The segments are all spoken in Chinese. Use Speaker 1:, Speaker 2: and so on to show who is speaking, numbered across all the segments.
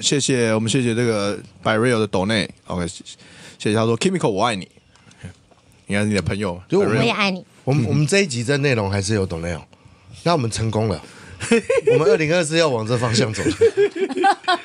Speaker 1: 谢谢我们谢谢这个 b y r e o 的斗内，OK，谢谢他说 Kimiko 我爱你，应该是你的朋友，
Speaker 2: 就我们
Speaker 3: 我
Speaker 1: Byreal
Speaker 3: 也爱你。
Speaker 2: 我
Speaker 1: 嗯
Speaker 2: 们我们这一集这内容还是有懂内容，那我们成功了。 我们二零二四要往这方 向走，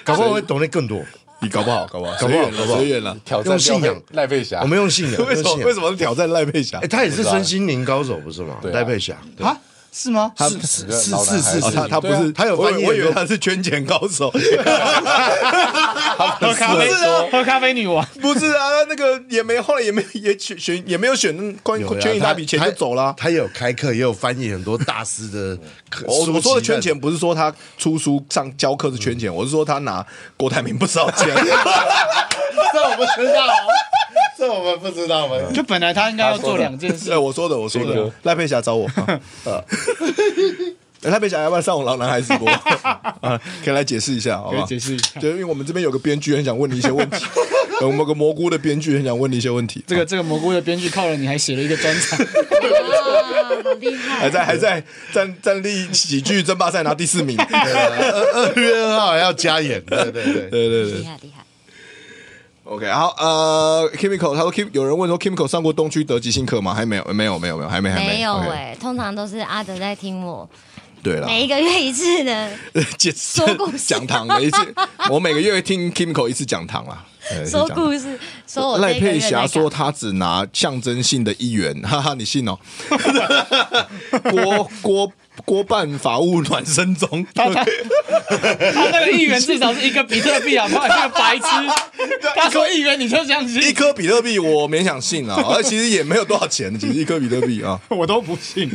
Speaker 2: 搞不好会懂得更多。
Speaker 1: 你搞不好，搞不好，
Speaker 2: 搞不好
Speaker 1: 随缘了
Speaker 2: 搞
Speaker 1: 随缘了。
Speaker 2: 不好
Speaker 4: 挑
Speaker 2: 用
Speaker 4: 战
Speaker 2: 信仰
Speaker 4: 赖佩霞，
Speaker 2: 我们用信仰，
Speaker 1: 为什么为什
Speaker 2: 么？
Speaker 1: 么是挑战赖佩霞
Speaker 2: 哎，？他也是身心灵高手，不是吗？
Speaker 4: 对啊
Speaker 2: 戴佩霞，
Speaker 5: 啊？是吗？
Speaker 1: 他
Speaker 2: 是是
Speaker 4: 老
Speaker 2: 是是
Speaker 4: 男孩
Speaker 2: 是
Speaker 1: 哦，
Speaker 2: 是
Speaker 1: 他，他不是，
Speaker 2: 他有
Speaker 1: 我以
Speaker 2: 翻译
Speaker 1: 为我以为
Speaker 2: 很多
Speaker 1: 他是圈钱高手，
Speaker 4: 他
Speaker 5: 喝
Speaker 4: 们
Speaker 5: 咖啡，喝咖啡女王，
Speaker 1: 啊不是啊，那个也没后来也没也选选也没有选关
Speaker 2: 有啊
Speaker 1: 圈一大笔钱
Speaker 2: 他
Speaker 1: 就走了。啊
Speaker 2: 他也有开课，也有翻译很多大师 的课。啊
Speaker 1: 我我说的
Speaker 5: 啊
Speaker 1: 圈
Speaker 2: 圈
Speaker 1: 钱不是说他出书上教课是圈钱，我是说他拿郭台铭不少钱。
Speaker 2: 这我不 知道，这我们不知道吗？
Speaker 5: 就本来他应该要 做两件
Speaker 1: 对，
Speaker 5: 事，
Speaker 1: 我说的，我说
Speaker 4: 这
Speaker 1: 的
Speaker 4: 个，
Speaker 1: 赖佩霞找 我。啊呃哎赖佩霞要不要上我老男孩 直播？啊，可以来解释一下，好
Speaker 5: 可以
Speaker 1: 吧？
Speaker 5: 解释一下。
Speaker 1: 对，因为我们这边有个编剧很想问你一些问题， 我们有个蘑菇的编剧很想问你一些问题。
Speaker 5: 这个这个蘑菇的编剧靠了你，还写了一个专场，
Speaker 3: 哇，好厉
Speaker 1: 还
Speaker 3: 害！
Speaker 1: 在还在战战力喜剧争霸赛拿第四 名，
Speaker 2: 二月二号要加演，对对对。
Speaker 1: 对对对
Speaker 3: 厉害厉害！
Speaker 1: ，OK，好，呃，Kimiko，他说 Kim 有人问说 Kimiko 上过东区德吉信课吗？还没有，没有，没有，没有，还没，还
Speaker 3: 没有
Speaker 1: OK 啊
Speaker 3: 哎、通常都是阿德在听我，
Speaker 1: 对了，
Speaker 3: 每一个月一次
Speaker 1: 哎
Speaker 3: 的
Speaker 1: 解
Speaker 3: 说故事
Speaker 1: 讲堂每一 次，我每个月会听 Kimiko 一次讲堂啦。哎一次
Speaker 3: 说
Speaker 1: 讲堂
Speaker 3: 故事，说我这
Speaker 1: 赖
Speaker 3: 一个
Speaker 1: 佩
Speaker 3: 月在
Speaker 1: 霞
Speaker 3: 干
Speaker 1: 说她只拿象征性的一元，哈哈，你信 哦？郭郭郭办法务暖身中，
Speaker 5: 他那个议员至少是一个比特币啊，不然那个白痴。他说议员你就相
Speaker 1: 一
Speaker 5: 信，
Speaker 1: 颗比特币我勉强信了，而其实也没有多少钱，其实一颗比特币啊。
Speaker 5: 我都不信。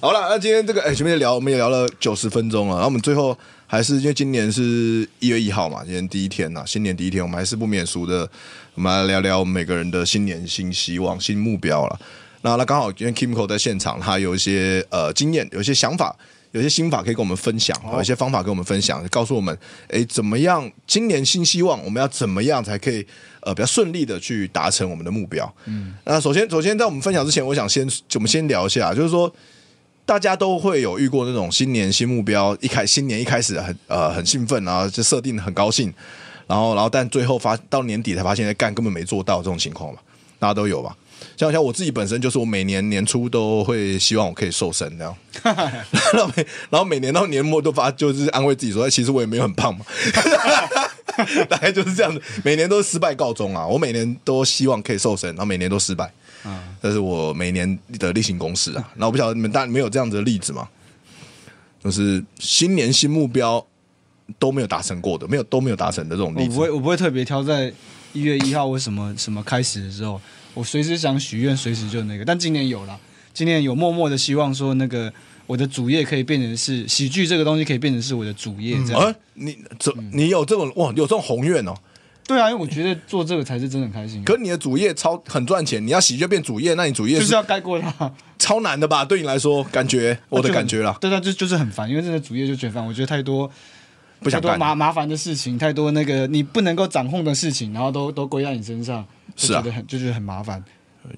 Speaker 1: 好了，那今天这个哎，前面聊我们也聊了九十分钟了，然后我们最后还是因为今年是一月一号嘛，今天第一天呐、新年第一天，我们还是不免俗的，我们来聊聊我们每个人的新年新希望、新目标了。那那刚好今天 Kimco 在现场，他有一些呃经验，有一些想法，有一些心法可以跟我们分享，有一些方法跟我们分享，告诉我们，哎，怎么样今年新希望，我们要怎么样才可以呃比较顺利的去达成我们的目标？嗯，那首先首先在我们分享之前，我想先我们先聊一下，就是说。大家都会有遇过那种新年新目标，一开新年一开始很呃很兴奋，然后就设定得很高兴，然后然后但最后发到年底才发现，哎干根本没做到这种情况嘛，大家都有吧？像像我自己本身就是，我每年年初都会希望我可以瘦身这样， 然后每然后每年到年末都发就是安慰自己说，哎其实我也没有很胖嘛， 大概就是这样子，每年都是失败告终啊。我每年都希望可以瘦身，然后每年都失败，
Speaker 5: 嗯
Speaker 1: 这是我每年的例行公事啊。那我不晓得你们大你们有这样子的例子吗？就是新年新目标都没有达成过的，没有都没有达成的这种
Speaker 5: 我
Speaker 1: 例
Speaker 5: 不
Speaker 1: 子
Speaker 5: 会，。我不会特别挑在一月一号或什么什么开始的时候，我随时想许愿，随时就那个。但今年有啦，今年有默默的希望说，那个我的主业可以变成是喜剧这个东西可以变成是我的主业这样。嗯
Speaker 1: 啊，你怎你有这种哇，有这种宏愿哦？
Speaker 5: 对啊，因为我觉得做这个才是真的很开心。
Speaker 1: 可你的主业超很赚钱，你要喜剧变主业，那你主业
Speaker 5: 就是
Speaker 1: 是
Speaker 5: 要盖过它，
Speaker 1: 超难的吧？对你来说，感觉我的感觉啦，
Speaker 5: 对啊，就就是很烦，因为真的主业就觉得烦，我觉得太多
Speaker 1: 不想
Speaker 5: 太多
Speaker 1: 干。
Speaker 5: 麻麻烦的事情，太多那个你不能够掌控的事情，然后都都归在你身上，
Speaker 1: 是
Speaker 5: 就
Speaker 1: 啊呃
Speaker 5: 觉得很就觉得很麻烦。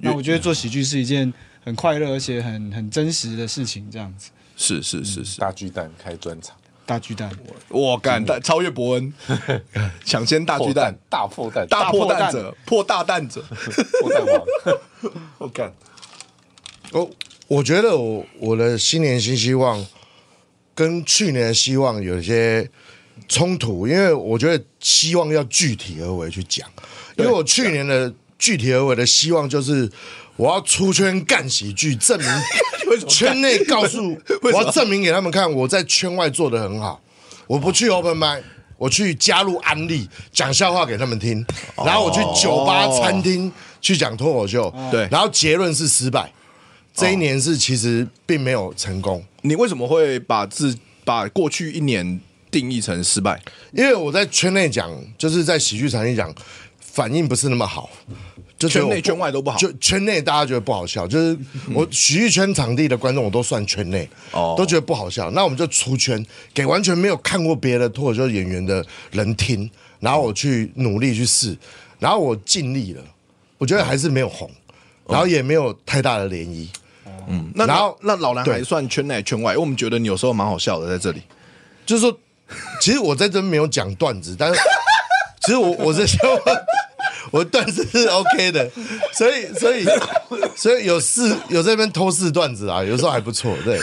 Speaker 5: 那我觉得做喜剧是一件很快乐而且很很真实的事情，这样子
Speaker 1: 是是是是，
Speaker 4: 大巨蛋开专场，
Speaker 5: 大巨蛋
Speaker 1: 我干，但超越伯 恩，抢先大巨蛋，
Speaker 4: 大破蛋，
Speaker 1: 大破
Speaker 5: 破
Speaker 1: 蛋
Speaker 5: 蛋
Speaker 1: 者，破大蛋者，
Speaker 4: 破蛋 王，
Speaker 1: 我干。
Speaker 2: 哦我觉得我我的新年新希望跟去年的希望有些冲突，因为我觉得希望要具体而为去讲。因为我去年的具体而为的希望就是，我要出圈干喜剧，证明圈内告诉我要证明给他们看，我在圈外做的很好。我不去 open m i 我去加入安利讲笑话给他们听，然后我去酒吧、餐厅去讲脱口秀，
Speaker 1: 对
Speaker 2: 然后结论是失败。这一年是其实并没有成功，
Speaker 1: 你为什么会把自把过去一年定义成失败？
Speaker 2: 因为我在圈内讲，就是在喜剧产业讲，反应不是那么好，就觉得我
Speaker 1: 圈内圈外都不好
Speaker 2: 就圈内大家觉得不好笑，就是我喜剧圈场地的观众我都算圈内，
Speaker 1: 哦
Speaker 2: 都觉得不好笑。那我们就出圈，给完全没有看过别的脱口秀演员的人听，然后我去努力去试，然后我尽力了，我觉得还是没有红，
Speaker 1: 嗯
Speaker 2: 然后也没有太大的涟漪。
Speaker 1: 那
Speaker 2: 然后
Speaker 1: 那老男孩
Speaker 2: 对
Speaker 1: 算圈内圈外，因为我们觉得你有时候蛮好笑的，在这里。
Speaker 2: 就是说，其实我在这没有讲段子，但是其实我我在说， 我段子是 OK 的，所以所以所以有试有在那边偷试段子啊，有时候还不错，对。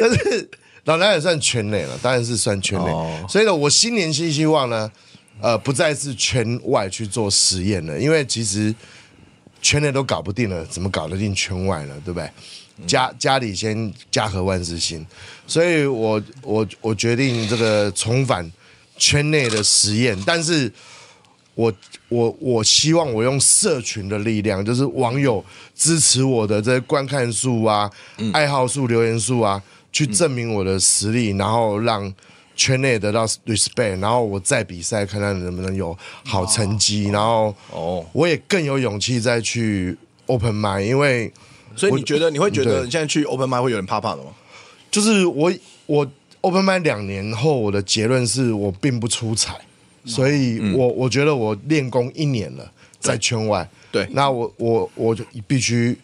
Speaker 2: 但是老男也算圈内了，当然是算圈内，所以呢，我新年新希望呢，呃，不再是圈外去做实验了，因为其实圈内都搞不定了，怎么搞得定圈外呢？对不对？家家里先家和万事兴，所以我我我决定这个重返圈内的实验，但是我我我希望我用社群的力量，就是网友支持我的这些观看数啊、爱好数、留言数啊，去证明我的实力，然后让圈内得到 respect，然后我再比赛看看能不能有好成绩，然后
Speaker 1: 哦
Speaker 2: 我也更有勇气再去 open mind，因为
Speaker 1: 所以你觉得你会觉得
Speaker 2: 对
Speaker 1: 你现在去 open m i 会有点怕怕的吗？
Speaker 2: 就是我我 open mind 两年后，我的结论是我并不出彩，所以我、我觉得我练功一年了，在圈外。
Speaker 1: 嗯对
Speaker 2: 那我我我就必须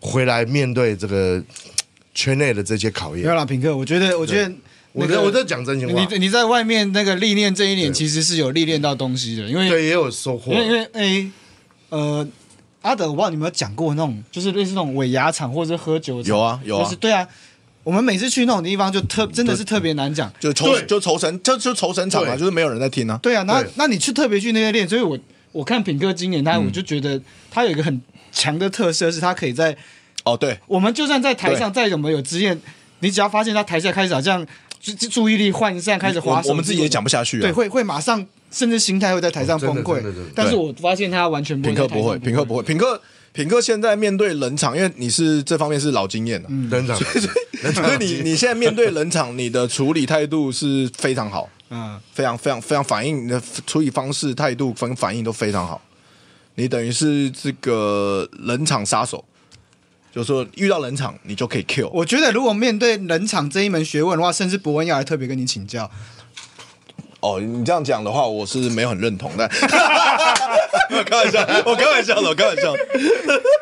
Speaker 2: 回来面对这个圈内的这些考
Speaker 5: 没有
Speaker 2: 验。
Speaker 5: 啦，品克，我觉得，我觉得那
Speaker 2: 我
Speaker 5: 个。
Speaker 2: 在我在讲真心话，
Speaker 5: 你你在外面那个历练这一年，其实是有历练到东西的，因为
Speaker 2: 对也有收获
Speaker 5: 因。为因为诶、呃，阿德，我不知道你有没有讲过那种，就是类似那种尾牙场或者是喝酒场
Speaker 1: 有啊有啊
Speaker 5: 就是对啊，我们每次去那种地方就特真的是特别难讲，
Speaker 1: 就仇就仇神就就仇神场啊，
Speaker 2: 对
Speaker 1: 就是没有人在听啊。
Speaker 5: 对啊，那
Speaker 2: 对
Speaker 5: 那你去特别去那些练，所以我我看品哥今年他，我就觉得他有一个很强的特色，是他可以在
Speaker 1: 哦，对，
Speaker 5: 我们就算在台上再怎么有经验，你只要发现他台下开始好像注注意力涣散，开始
Speaker 1: 我
Speaker 5: 划手
Speaker 1: 我们自己也讲不下去啊。
Speaker 5: 对，会会马上，甚至心态会在台上
Speaker 2: 哦真的
Speaker 5: 崩溃
Speaker 2: 真的真的。
Speaker 5: 但是我发现他完全不
Speaker 1: 品
Speaker 5: 会
Speaker 1: 客
Speaker 5: 在台上
Speaker 1: 不会，
Speaker 5: 崩溃，
Speaker 1: 品客不会，品客品客现在面对冷场，因为你是这方面是老经验了、啊
Speaker 2: 等等，
Speaker 1: 所以 你你现在面对冷场，你的处理态度是非常好，
Speaker 5: 嗯，
Speaker 1: 非常非常非常反应，你的处理方式、态度跟反应都非常好。你等于是这个冷场杀手，就是说遇到冷场你就可以 kill。
Speaker 5: 我觉得如果面对冷场这一门学问的话，甚至伯恩要来特别跟你请教。
Speaker 1: 哦，你这样讲的话，我是没有很认同 的。我开玩笑，我开玩笑的，我开玩笑的。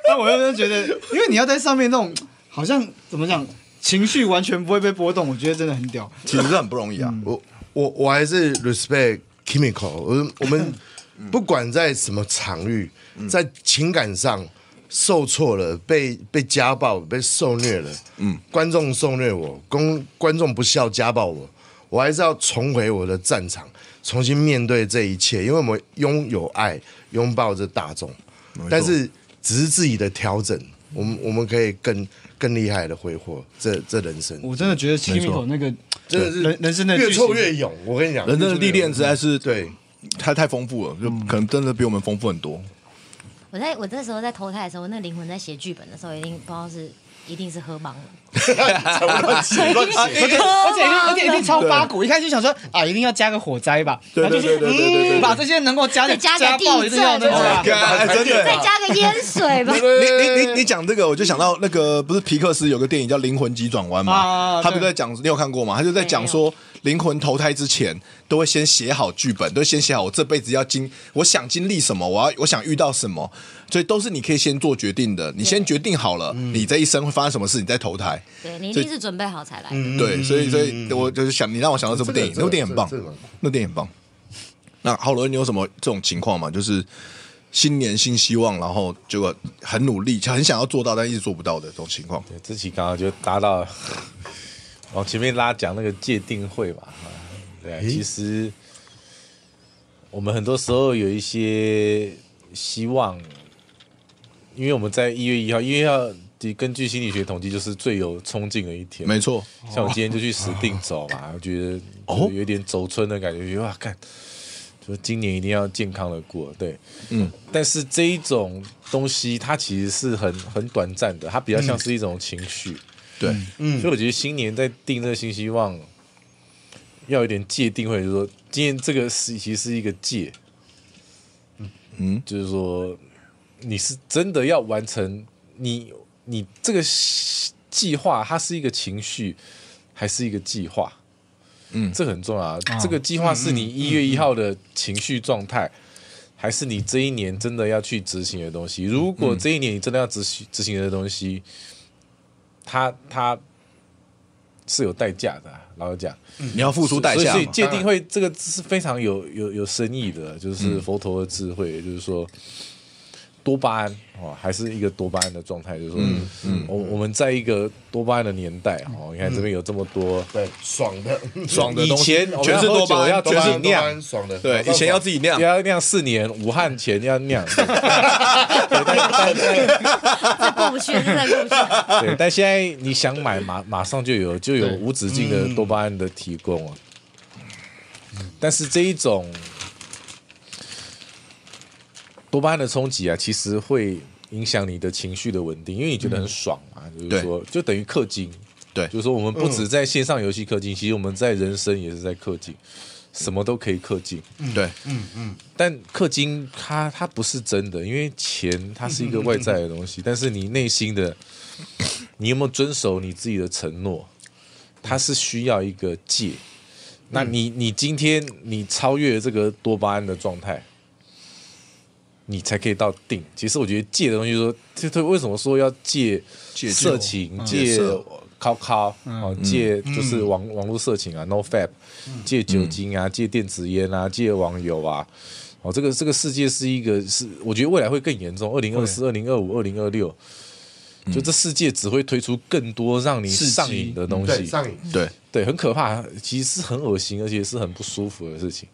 Speaker 5: 但我又真的觉得，因为你要在上面那种，好像怎么讲，情绪完全不会被波动，我觉得真的很屌。
Speaker 1: 其实是很不容易啊。
Speaker 2: 我我我还是 respect Kimiko，我我们不管在什么场域，在情感上受挫了，被被家暴、被受虐了，嗯，观众受虐我，公观众不笑家暴我，我还是要重回我的战场，重新面对这一切，因为我们拥有爱，拥抱着大众，但是只是自己的调整，我们我们可以更更厉害的挥霍这这人生。
Speaker 5: 我真的觉得 Kimiko 那个
Speaker 2: 真的是
Speaker 5: 人人生的
Speaker 2: 越
Speaker 5: 剧
Speaker 2: 挫
Speaker 5: 情
Speaker 2: 越勇，我跟你讲，
Speaker 1: 人生的历练实在是
Speaker 2: 对，
Speaker 1: 太太丰富了，就可能真的比我们丰富很多。
Speaker 3: 我在我那时候在投胎的时候，那灵魂在写剧本的时候，一定不知道是一定是喝盲了。
Speaker 5: 而且而且一定而且一定超八股，一开始就想说啊，一定要加个火灾吧，
Speaker 1: 对对对对对对对
Speaker 5: 嗯把这些能够加
Speaker 3: 再
Speaker 5: 的
Speaker 3: 加个
Speaker 5: 家暴
Speaker 3: 地
Speaker 5: 一定要那
Speaker 3: 震
Speaker 5: 个啊
Speaker 3: 对对
Speaker 1: 哎真的
Speaker 3: 再加个烟水 吧。
Speaker 1: 你你你你讲这个，我就想到那个不是皮克斯有个电影叫《灵魂急转弯》嘛，
Speaker 5: 啊
Speaker 1: 他不
Speaker 5: 对
Speaker 1: 是在讲，你有看过吗？他就在讲说，灵魂投胎之前都会先写好剧本，都会先写好我这辈子要经，我想经历什么，我要我想遇到什么，所以都是你可以先做决定的。你先决定好了，你这一生会发生什么事，你再投胎。
Speaker 3: 对你一定是准备好才来的。
Speaker 1: 对，所以所
Speaker 4: 嗯
Speaker 1: 以我就是想，你让我想到这部电影，
Speaker 2: 这
Speaker 1: 那部
Speaker 2: 个
Speaker 1: 电影很棒
Speaker 2: 这个这个，
Speaker 1: 那部电影很棒。那好伦，你有什么这种情况吗？就是新年新希望，然后结果很努力，很想要做到，但一直做不到的这种情况。
Speaker 4: 对， 志奇刚刚就搭到往前面拉讲那个界定会嘛，啊对，其实我们很多时候有一些希望，因为我们在一月一号，一月一号的根据心理学统计，就是最有冲劲的一天。
Speaker 1: 没错，
Speaker 4: 像我今天就去石定走嘛，我觉得有有点走春的感觉，觉得哇，看，就今年一定要健康的过，对，
Speaker 1: 嗯。
Speaker 4: 但是这一种东西，它其实是很很短暂的，它比较像是一种情绪，
Speaker 1: 对，
Speaker 4: 所以我觉得新年在定这个新希望，要有点界定，或者说今天这个是其实是一个界，
Speaker 1: 嗯，
Speaker 4: 就是说你是真的要完成你你这个计划，它是一个情绪还是一个计划？
Speaker 1: 嗯
Speaker 4: 这很重要啊。这个计划是你一月一号的情绪状态，还是你这一年真的要去执行的东西？如
Speaker 1: 嗯
Speaker 4: 果这一年你真的要执行执行的东西，它它是有代价的啊、老实讲。
Speaker 1: 你要付出代价
Speaker 4: 所以
Speaker 1: 嘛，
Speaker 4: 界定会这个是非常有有有深意的，就是
Speaker 1: 嗯
Speaker 4: 佛陀的智慧，就是说多巴胺哦，还是一个多巴胺的状态，就是
Speaker 1: 嗯
Speaker 4: 说，嗯我我们在一个多巴胺的年代
Speaker 1: 嗯
Speaker 4: 哦，你看这边有这么多。
Speaker 2: 对，爽的，
Speaker 1: 爽 的
Speaker 4: 以
Speaker 1: 东西
Speaker 4: 前我们
Speaker 1: 全
Speaker 4: 要
Speaker 1: 是
Speaker 4: 喝
Speaker 1: 多
Speaker 4: 酒
Speaker 1: 巴
Speaker 4: 要
Speaker 1: 胺，
Speaker 4: 多
Speaker 1: 全
Speaker 4: 巴
Speaker 1: 是
Speaker 4: 胺
Speaker 2: 多
Speaker 4: 酿
Speaker 2: 巴胺爽的，
Speaker 1: 对，以前要自己酿，
Speaker 4: 要酿四年，武汉前要 酿。对但但
Speaker 3: 这过不去，真 的过不去。
Speaker 4: 但对，但现在你想买，马马上就有，就有嗯无止境的多巴胺的提供啊。嗯但是这一种嗯多巴胺的冲击啊，其实会影响你的情绪的稳定，因为你觉得很爽嘛，就是
Speaker 1: 对
Speaker 4: 说，就等于氪金。
Speaker 1: 对嗯
Speaker 4: 就是说我们不止在线上游戏氪金，其实我们在人生也是在氪金，什么都可以氪金。
Speaker 1: 对，
Speaker 4: 嗯但氪金它它不是真的，因为钱它是一个外在的东西，但是你内心的，你有没有遵守你自己的承诺，它是需要一个界。那你你今天你超越这个多巴胺的状态，你才可以到定。其实我觉得戒的东西说，这这为什么说要戒
Speaker 1: 戒酒
Speaker 4: 色情、
Speaker 1: 戒
Speaker 4: 戒
Speaker 1: 色
Speaker 4: 靠靠哦，戒就是网网络色情啊，no fap，戒酒精啊，戒电子烟啊，戒网友啊。哦，这个这个世界是一个是，我觉得未来会更严重。二零二四、二零二五、二零二六，就这世界只会推出更多让你
Speaker 5: 刺激
Speaker 4: 上瘾的东西
Speaker 2: 对，上瘾，
Speaker 1: 对，
Speaker 4: 对，很可怕，其实是很恶心，而且是很不舒服的事情。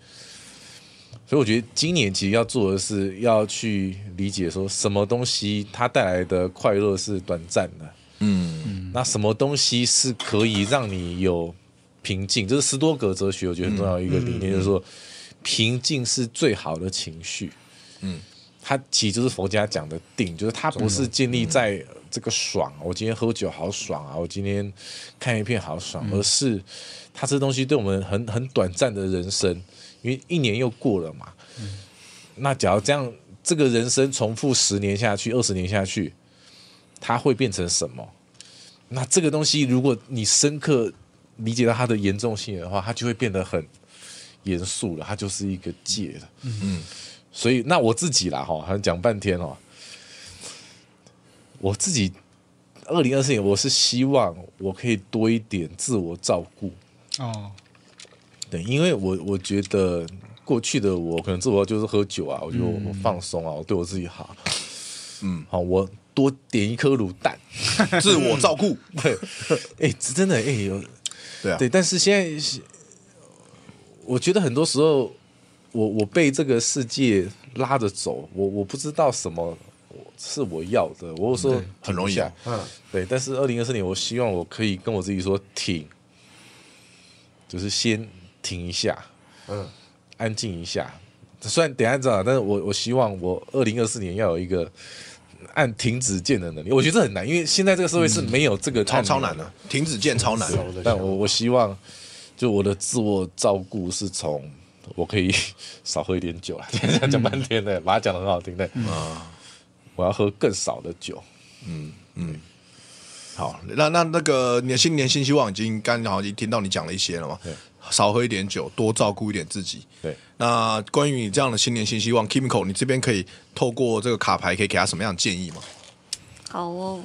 Speaker 4: 所以我觉得今年其实要做的是要去理解说什么东西它带来的快乐是短暂的，
Speaker 1: 嗯，
Speaker 4: 那什么东西是可以让你有平静？这是斯多葛哲学，我觉得很重要的一个理念，就是说平静是最好的情绪。
Speaker 1: 嗯
Speaker 4: 嗯，它其实就是佛家讲的定，就是它不是建立在这个爽，我今天喝酒好爽啊，我今天看一片好爽，而是它这东西对我们很很短暂的人生，因为一年又过了嘛。那假如这样，这个人生重复十年下去，二十年下去，它会变成什么？那这个东西，如果你深刻理解到它的严重性的话，它就会变得很严肃了，它就是一个戒了。嗯，所以那我自己啦，哈，好像讲半天哦，我自己二零二四年，我是希望我可以多一点自我照顾，
Speaker 5: 哦，
Speaker 4: 对，因为我我觉得过去的我可能自我就是喝酒啊，我觉得我放松啊，我对我自己好，嗯，好，我多点一颗卤蛋，
Speaker 1: 自我照顾，
Speaker 4: 对，哎、真的哎、有
Speaker 1: 对啊，
Speaker 4: 对，但是现在是，我觉得很多时候，我我被这个世界拉着走，我我不知道什么是我要的，我有时候
Speaker 1: 很容易
Speaker 4: 停不下
Speaker 2: 嗯，
Speaker 4: 对，但是二零二四年，我希望我可以跟我自己说停，就是先停一下，
Speaker 2: 嗯，
Speaker 4: 安静一下。虽然等一下知道，但是我我希望我二零二四年要有一个按停止键的能力。我觉得这很难，因为现在这个社会是没有这个
Speaker 1: 嗯超
Speaker 4: 按钮
Speaker 1: 超难的，停止键超难，
Speaker 4: 但我我希望，就我的自我照顾是从我可以 少喝一点酒啦， 讲半天的，把它讲的很好听的啊，我要喝更少的酒，
Speaker 1: 好，那那那个你的新年新希望已经刚好已经听到你讲了一些了嘛
Speaker 4: 对，
Speaker 1: 少喝一点酒，多照顾一点自己。
Speaker 4: 对，
Speaker 1: 那关于你这样的新年新希望，Kimiko，你这边可以透过这个卡牌，可以给他什么样的建议吗？
Speaker 3: 好哦，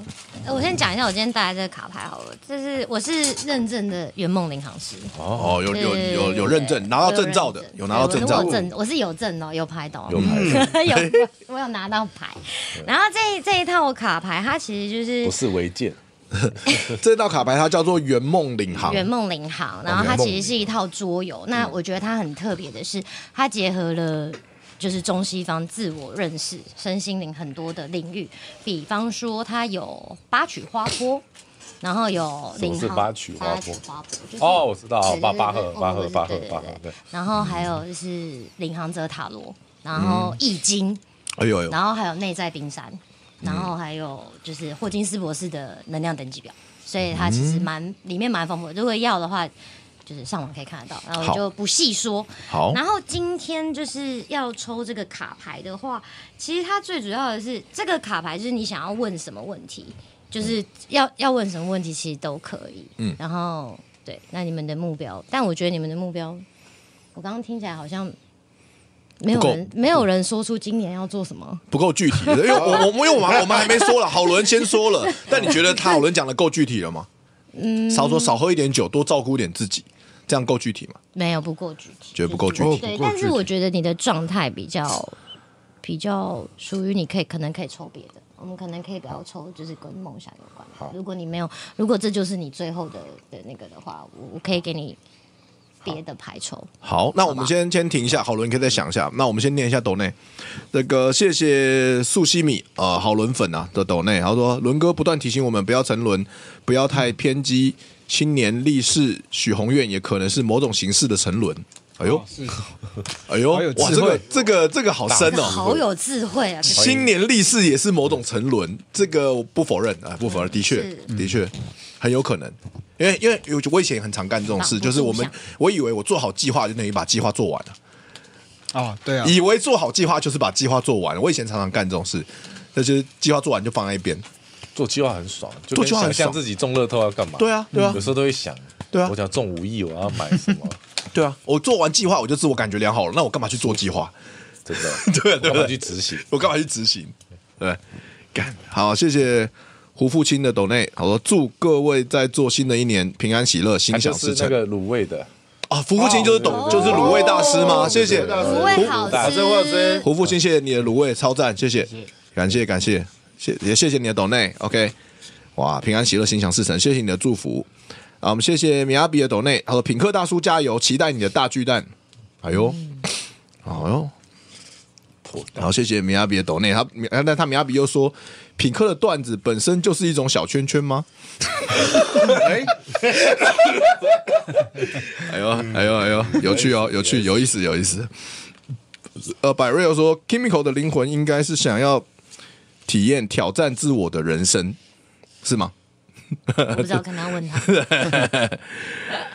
Speaker 3: 呃我先讲一下我今天带来这个卡牌好了，这是我是认证的圆梦领航师，
Speaker 1: 哦，有有
Speaker 3: 对
Speaker 1: 有有认证，拿到证照的，有拿到证
Speaker 3: 对
Speaker 1: 照
Speaker 3: 我有，证，我是有证哦，有牌的哦，
Speaker 4: 有牌的
Speaker 3: 有 我有拿到牌。然后这这一套卡牌，它其实就是
Speaker 4: 不是违建，
Speaker 1: 这道卡牌它叫做圆梦领航，
Speaker 3: 圆梦领航，
Speaker 4: 哦
Speaker 3: 然后它其实是一套桌游。那
Speaker 4: 嗯
Speaker 3: 我觉得它很特别的是，它结合了就是中西方自我认识、身心灵很多的领域，比方说它有八曲花坡。然后有
Speaker 4: 什么
Speaker 3: 领
Speaker 4: 是
Speaker 3: 航
Speaker 4: 八曲花坡
Speaker 3: 花坡就是
Speaker 4: 哦，我知道
Speaker 3: 对，对
Speaker 4: 巴
Speaker 3: 对
Speaker 4: 巴
Speaker 3: 对
Speaker 4: 赫，
Speaker 3: 哦
Speaker 4: 巴赫，巴
Speaker 3: 对
Speaker 4: 赫
Speaker 3: 对，
Speaker 4: 巴赫
Speaker 3: 对，
Speaker 4: 对，
Speaker 3: 然后还有就是领航者塔罗，然
Speaker 4: 嗯
Speaker 3: 后易经，
Speaker 1: 哎呦哎呦，
Speaker 3: 然后还有内在冰山，
Speaker 1: 嗯
Speaker 3: 然后还有就是霍金斯博士的能量等级表，所以它其实蛮里面蛮丰富的。如果要的话，就是上网可以看得到，然后我就不细说。
Speaker 1: 好
Speaker 3: 然后今天就是要抽这个卡牌的话，其实它最主要的是这个卡牌就是你想要问什么问题，
Speaker 1: 嗯
Speaker 3: 就是要要问什么问题其实都可以。嗯，然后对，那你们的目标，但我觉得你们的目标，我刚刚听起来好像。没有
Speaker 1: 不够
Speaker 3: 人，没有人说出今年要做什么。
Speaker 1: 不够具体，因为我我因为我们我们还没说了，好伦先说了，但你觉得他好伦讲的够具体了吗？嗯，少说少喝一点酒，多照顾一点自己，这样够具体吗？
Speaker 3: 没有不够具体，
Speaker 1: 觉得不够具
Speaker 2: 哦
Speaker 1: 体，
Speaker 3: 对，
Speaker 2: 不够
Speaker 3: 但
Speaker 2: 具
Speaker 3: 是
Speaker 2: 体
Speaker 3: 我觉得你的状态比较比较属于你可以可能可以抽别的，我们可能可以不要抽，就是跟梦想有关的。如果你没有，如果这就是你最后的的那个的话，我我可以给你别的牌抽。
Speaker 1: 好，那我们先先停一下，好伦，你可以再想一下。那我们先念一下抖内，这个谢谢素西米呃好伦粉啊的抖内，他说伦哥不断提醒我们不要沉沦，不要太偏激，青年力士许宏愿也可能是某种形式的沉沦。哎呦
Speaker 5: 哦，是
Speaker 1: 哎呦，
Speaker 5: 好有
Speaker 1: 哇，
Speaker 5: 智
Speaker 1: 这个
Speaker 5: 慧
Speaker 1: 这个这个好深
Speaker 3: 这个
Speaker 1: 哦。
Speaker 3: 好有智慧啊！
Speaker 1: 青年力士也是某种沉沦，这个我不否认啊，不否认，的确
Speaker 3: 是
Speaker 1: 的确很有可能。因为因为我我以前也很常干这种事，
Speaker 3: 挡不
Speaker 1: 就是我们
Speaker 3: 住
Speaker 1: 我以为我做好计划就等于把计划做完了。
Speaker 5: 哦，对啊，
Speaker 1: 以为做好计划就是把计划做完。我以前常常干这种事，那就是计划做完就放在一边。
Speaker 4: 做计划很爽，就
Speaker 1: 做
Speaker 4: 跟
Speaker 1: 计划很
Speaker 4: 想
Speaker 1: 爽
Speaker 4: 象自己中乐透要干嘛？
Speaker 1: 对啊对啊
Speaker 4: 有时候都会想，
Speaker 1: 对啊
Speaker 4: 我想中五亿，我要买什 么？
Speaker 1: 对啊，我做完计划我就自我感觉良好了，那我干嘛去做计划？
Speaker 4: 真的，
Speaker 1: 对啊对
Speaker 4: 我要
Speaker 1: 啊
Speaker 4: 去，执行。
Speaker 1: 我干嘛去执行？对，干好，谢谢胡父亲的抖内，我说祝各位在做新的一年平安喜乐，
Speaker 4: 他
Speaker 1: 心
Speaker 4: 就
Speaker 1: 想
Speaker 4: 是
Speaker 1: 事
Speaker 4: 那
Speaker 1: 成
Speaker 4: 个卤味的，
Speaker 1: 啊！胡父亲就是懂，
Speaker 4: 哦
Speaker 1: 就是卤味大师吗？谢谢
Speaker 2: 哦对对对
Speaker 3: 不会好
Speaker 4: 打
Speaker 3: 吃
Speaker 2: 这话真
Speaker 1: 胡父亲，谢谢你的卤味，超赞，谢谢，感谢感谢，谢也谢谢你的抖内，OK，哇，平安喜乐，心想事成，谢谢你的祝福。啊，我们谢谢米亚比的抖内，他说品客大叔加油，期待你的大巨蛋。哎呦，哎呦，然后谢谢米亚比的抖内，他米但他米亚比又说，品客的段子本身就是一种小圈圈吗？
Speaker 5: 哎，
Speaker 1: 哎呦，哎呦，哎呦，有趣哦，有趣，有意思，有意思。呃，百瑞又说，Kimiko 的灵魂应该是想要体验挑战自我的人生，是吗？
Speaker 3: 我不知道跟他 问他，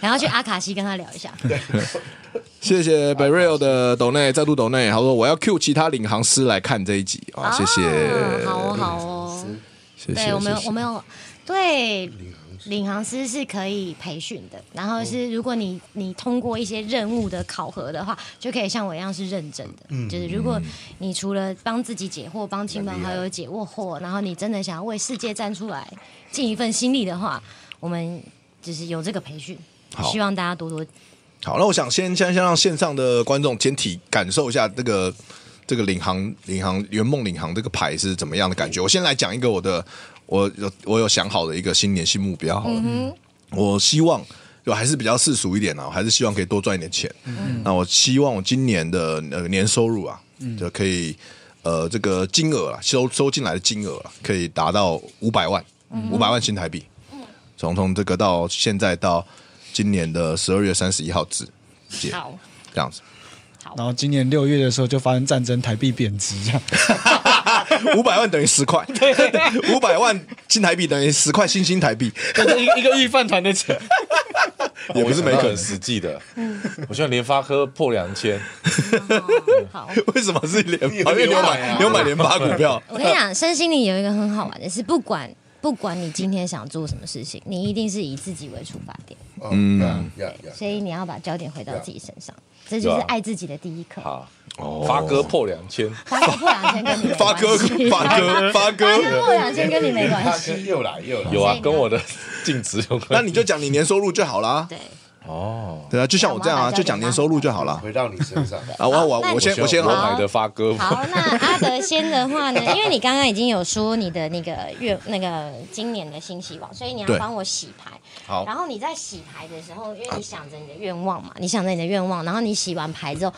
Speaker 3: 然后去阿卡西跟他聊一下。
Speaker 1: 谢谢 b e r i l 的抖内再度抖内，他说我要 Q 其他领航师来看这一集啊，谢谢，
Speaker 3: 啊好哦，好哦。
Speaker 1: 谢谢，
Speaker 3: 对，我们有
Speaker 1: 谢谢
Speaker 3: 我们有对领航师是可以培训的，然后
Speaker 1: 哦
Speaker 3: 是如果你你通过一些任务的考核的话，就可以像我一样是认真的。
Speaker 1: 嗯
Speaker 3: 就是如果你除了帮自己解惑、帮亲朋好友解惑惑，然后你真的想要为世界站出来，尽一份心力的话，我们就是有这个培训
Speaker 1: 好，
Speaker 3: 希望大家多多
Speaker 1: 好，那我想先先先让线上的观众先体感受一下这个这个领航领航圆梦领航这个牌是怎么样的感觉。我先来讲一个我的我有我有想好的一个新年新目标好了，我希望。就还是比较世俗一点啊，我还是希望可以多赚一点钱。那我希望我今年的呃年收入啊，就可以呃这个金额啊收收进来的金额啊，可以达到五百万，五百万新台币。从从这个到现在到今年的十二月三十一号止，解
Speaker 3: 好。
Speaker 1: 这样子，
Speaker 5: 然后今年六月的时候就发生战争，台币贬值 这样。
Speaker 1: 五百万等于十块，五百万新台币等于十块新新台币，
Speaker 5: 一一个预饭团的钱，
Speaker 1: 也不是没可
Speaker 4: 哦我想
Speaker 1: 能
Speaker 4: 到很。实际的。嗯我希望联发科破两千，
Speaker 3: 好，
Speaker 1: 为什么是连
Speaker 2: 有
Speaker 1: 发？因为你有
Speaker 2: 买
Speaker 1: 买，
Speaker 2: 啊
Speaker 1: 你有买连发股票。
Speaker 3: 我跟你讲，身心灵有一个很好玩的是，不管不管你今天想做什么事情，你一定是以自己为出发点。
Speaker 2: 嗯，呀呀
Speaker 3: 所以你要把焦点回
Speaker 1: 啊
Speaker 3: 到自己身上，这就是爱自己的第一课。
Speaker 4: 好，啊发哥破两千，
Speaker 3: 发哥破两千跟你没
Speaker 1: 发
Speaker 3: 关
Speaker 1: 哥，
Speaker 3: 系，
Speaker 1: 发哥，发
Speaker 3: 发
Speaker 1: 哥，
Speaker 3: 哥破两千跟你没关
Speaker 2: 大
Speaker 3: 系。
Speaker 2: 哥又来又来，
Speaker 4: 有啊
Speaker 3: 所以，你要
Speaker 4: 跟我的净值有关。
Speaker 1: 那你就讲你年收入就好啦。
Speaker 3: 对，
Speaker 4: 哦，
Speaker 1: 对啊，就像我这样啊，就讲年收入就好了。
Speaker 2: 回到你身 上，
Speaker 1: 啊，我我
Speaker 3: 那
Speaker 1: 我
Speaker 3: 你
Speaker 1: 先
Speaker 4: 希
Speaker 1: 我
Speaker 4: 望
Speaker 1: 先
Speaker 4: 啊
Speaker 1: 哦
Speaker 4: 我
Speaker 1: 好，
Speaker 4: 买的发哥，
Speaker 3: 好，那阿德先的 话呢，因为你刚刚已经有说你的那个月那个今年的新希望，所以你
Speaker 1: 对
Speaker 3: 要帮我洗牌。
Speaker 1: 好
Speaker 3: 然后你在洗牌的时候，因为你想着你的愿望嘛，你想着你的愿望，然后你洗完牌之后，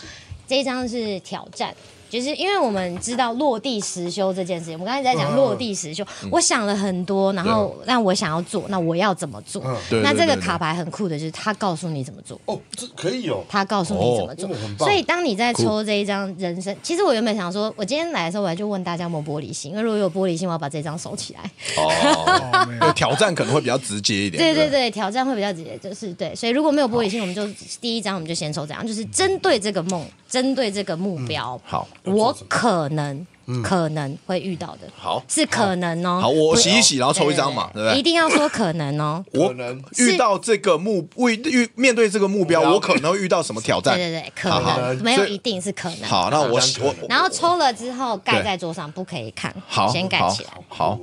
Speaker 3: 这一张是挑战。就是因为我们知道落地实修这件事情，我们刚才在
Speaker 1: 嗯
Speaker 3: 讲落地实修，我想了很多，然后让我想要做，那我要怎么做？
Speaker 1: 对
Speaker 3: 那
Speaker 1: 对
Speaker 3: 这个
Speaker 1: 对对
Speaker 3: 卡牌很酷的，就是他告诉你怎么做。
Speaker 2: 哦，这可以哦，
Speaker 3: 他告诉你怎么做。
Speaker 2: 哦很棒
Speaker 3: 所以当你在抽这一张人生，其实我原本想说，我今天来的时候，我还就问大家有没有玻璃心，因为如果有玻璃心，我要把这张收 起来。
Speaker 1: 哦，对 挑战可能会比较直接一点。
Speaker 3: 对
Speaker 1: 对
Speaker 3: 对对，挑战会比较直接，就是对。所以如果没有玻璃心，我们就第一张我们就先抽这样，就是针对这个梦，针对这个目标，
Speaker 1: 嗯好嗯
Speaker 3: 我可能。可能会遇到的，
Speaker 1: 好
Speaker 3: 是可能哦。
Speaker 1: 好，我
Speaker 3: 不
Speaker 1: 洗一洗，然后抽一张嘛，对不对？
Speaker 3: 一定要说可能哦。
Speaker 1: 我
Speaker 2: 可能
Speaker 1: 遇到这个目遇遇面对这个目标，
Speaker 2: 目标
Speaker 1: 我可能会遇到什么挑
Speaker 3: 对
Speaker 1: 战？
Speaker 3: 对对，可
Speaker 1: 好好
Speaker 3: 能没有
Speaker 1: 所以
Speaker 3: 一定是可能。
Speaker 1: 好，那我
Speaker 2: 这样
Speaker 1: 我
Speaker 2: 可
Speaker 1: 我
Speaker 3: 然后抽了之后盖
Speaker 1: 对
Speaker 3: 在桌上，不可以看，
Speaker 1: 好
Speaker 3: 先盖
Speaker 1: 好
Speaker 3: 起来。
Speaker 1: 好，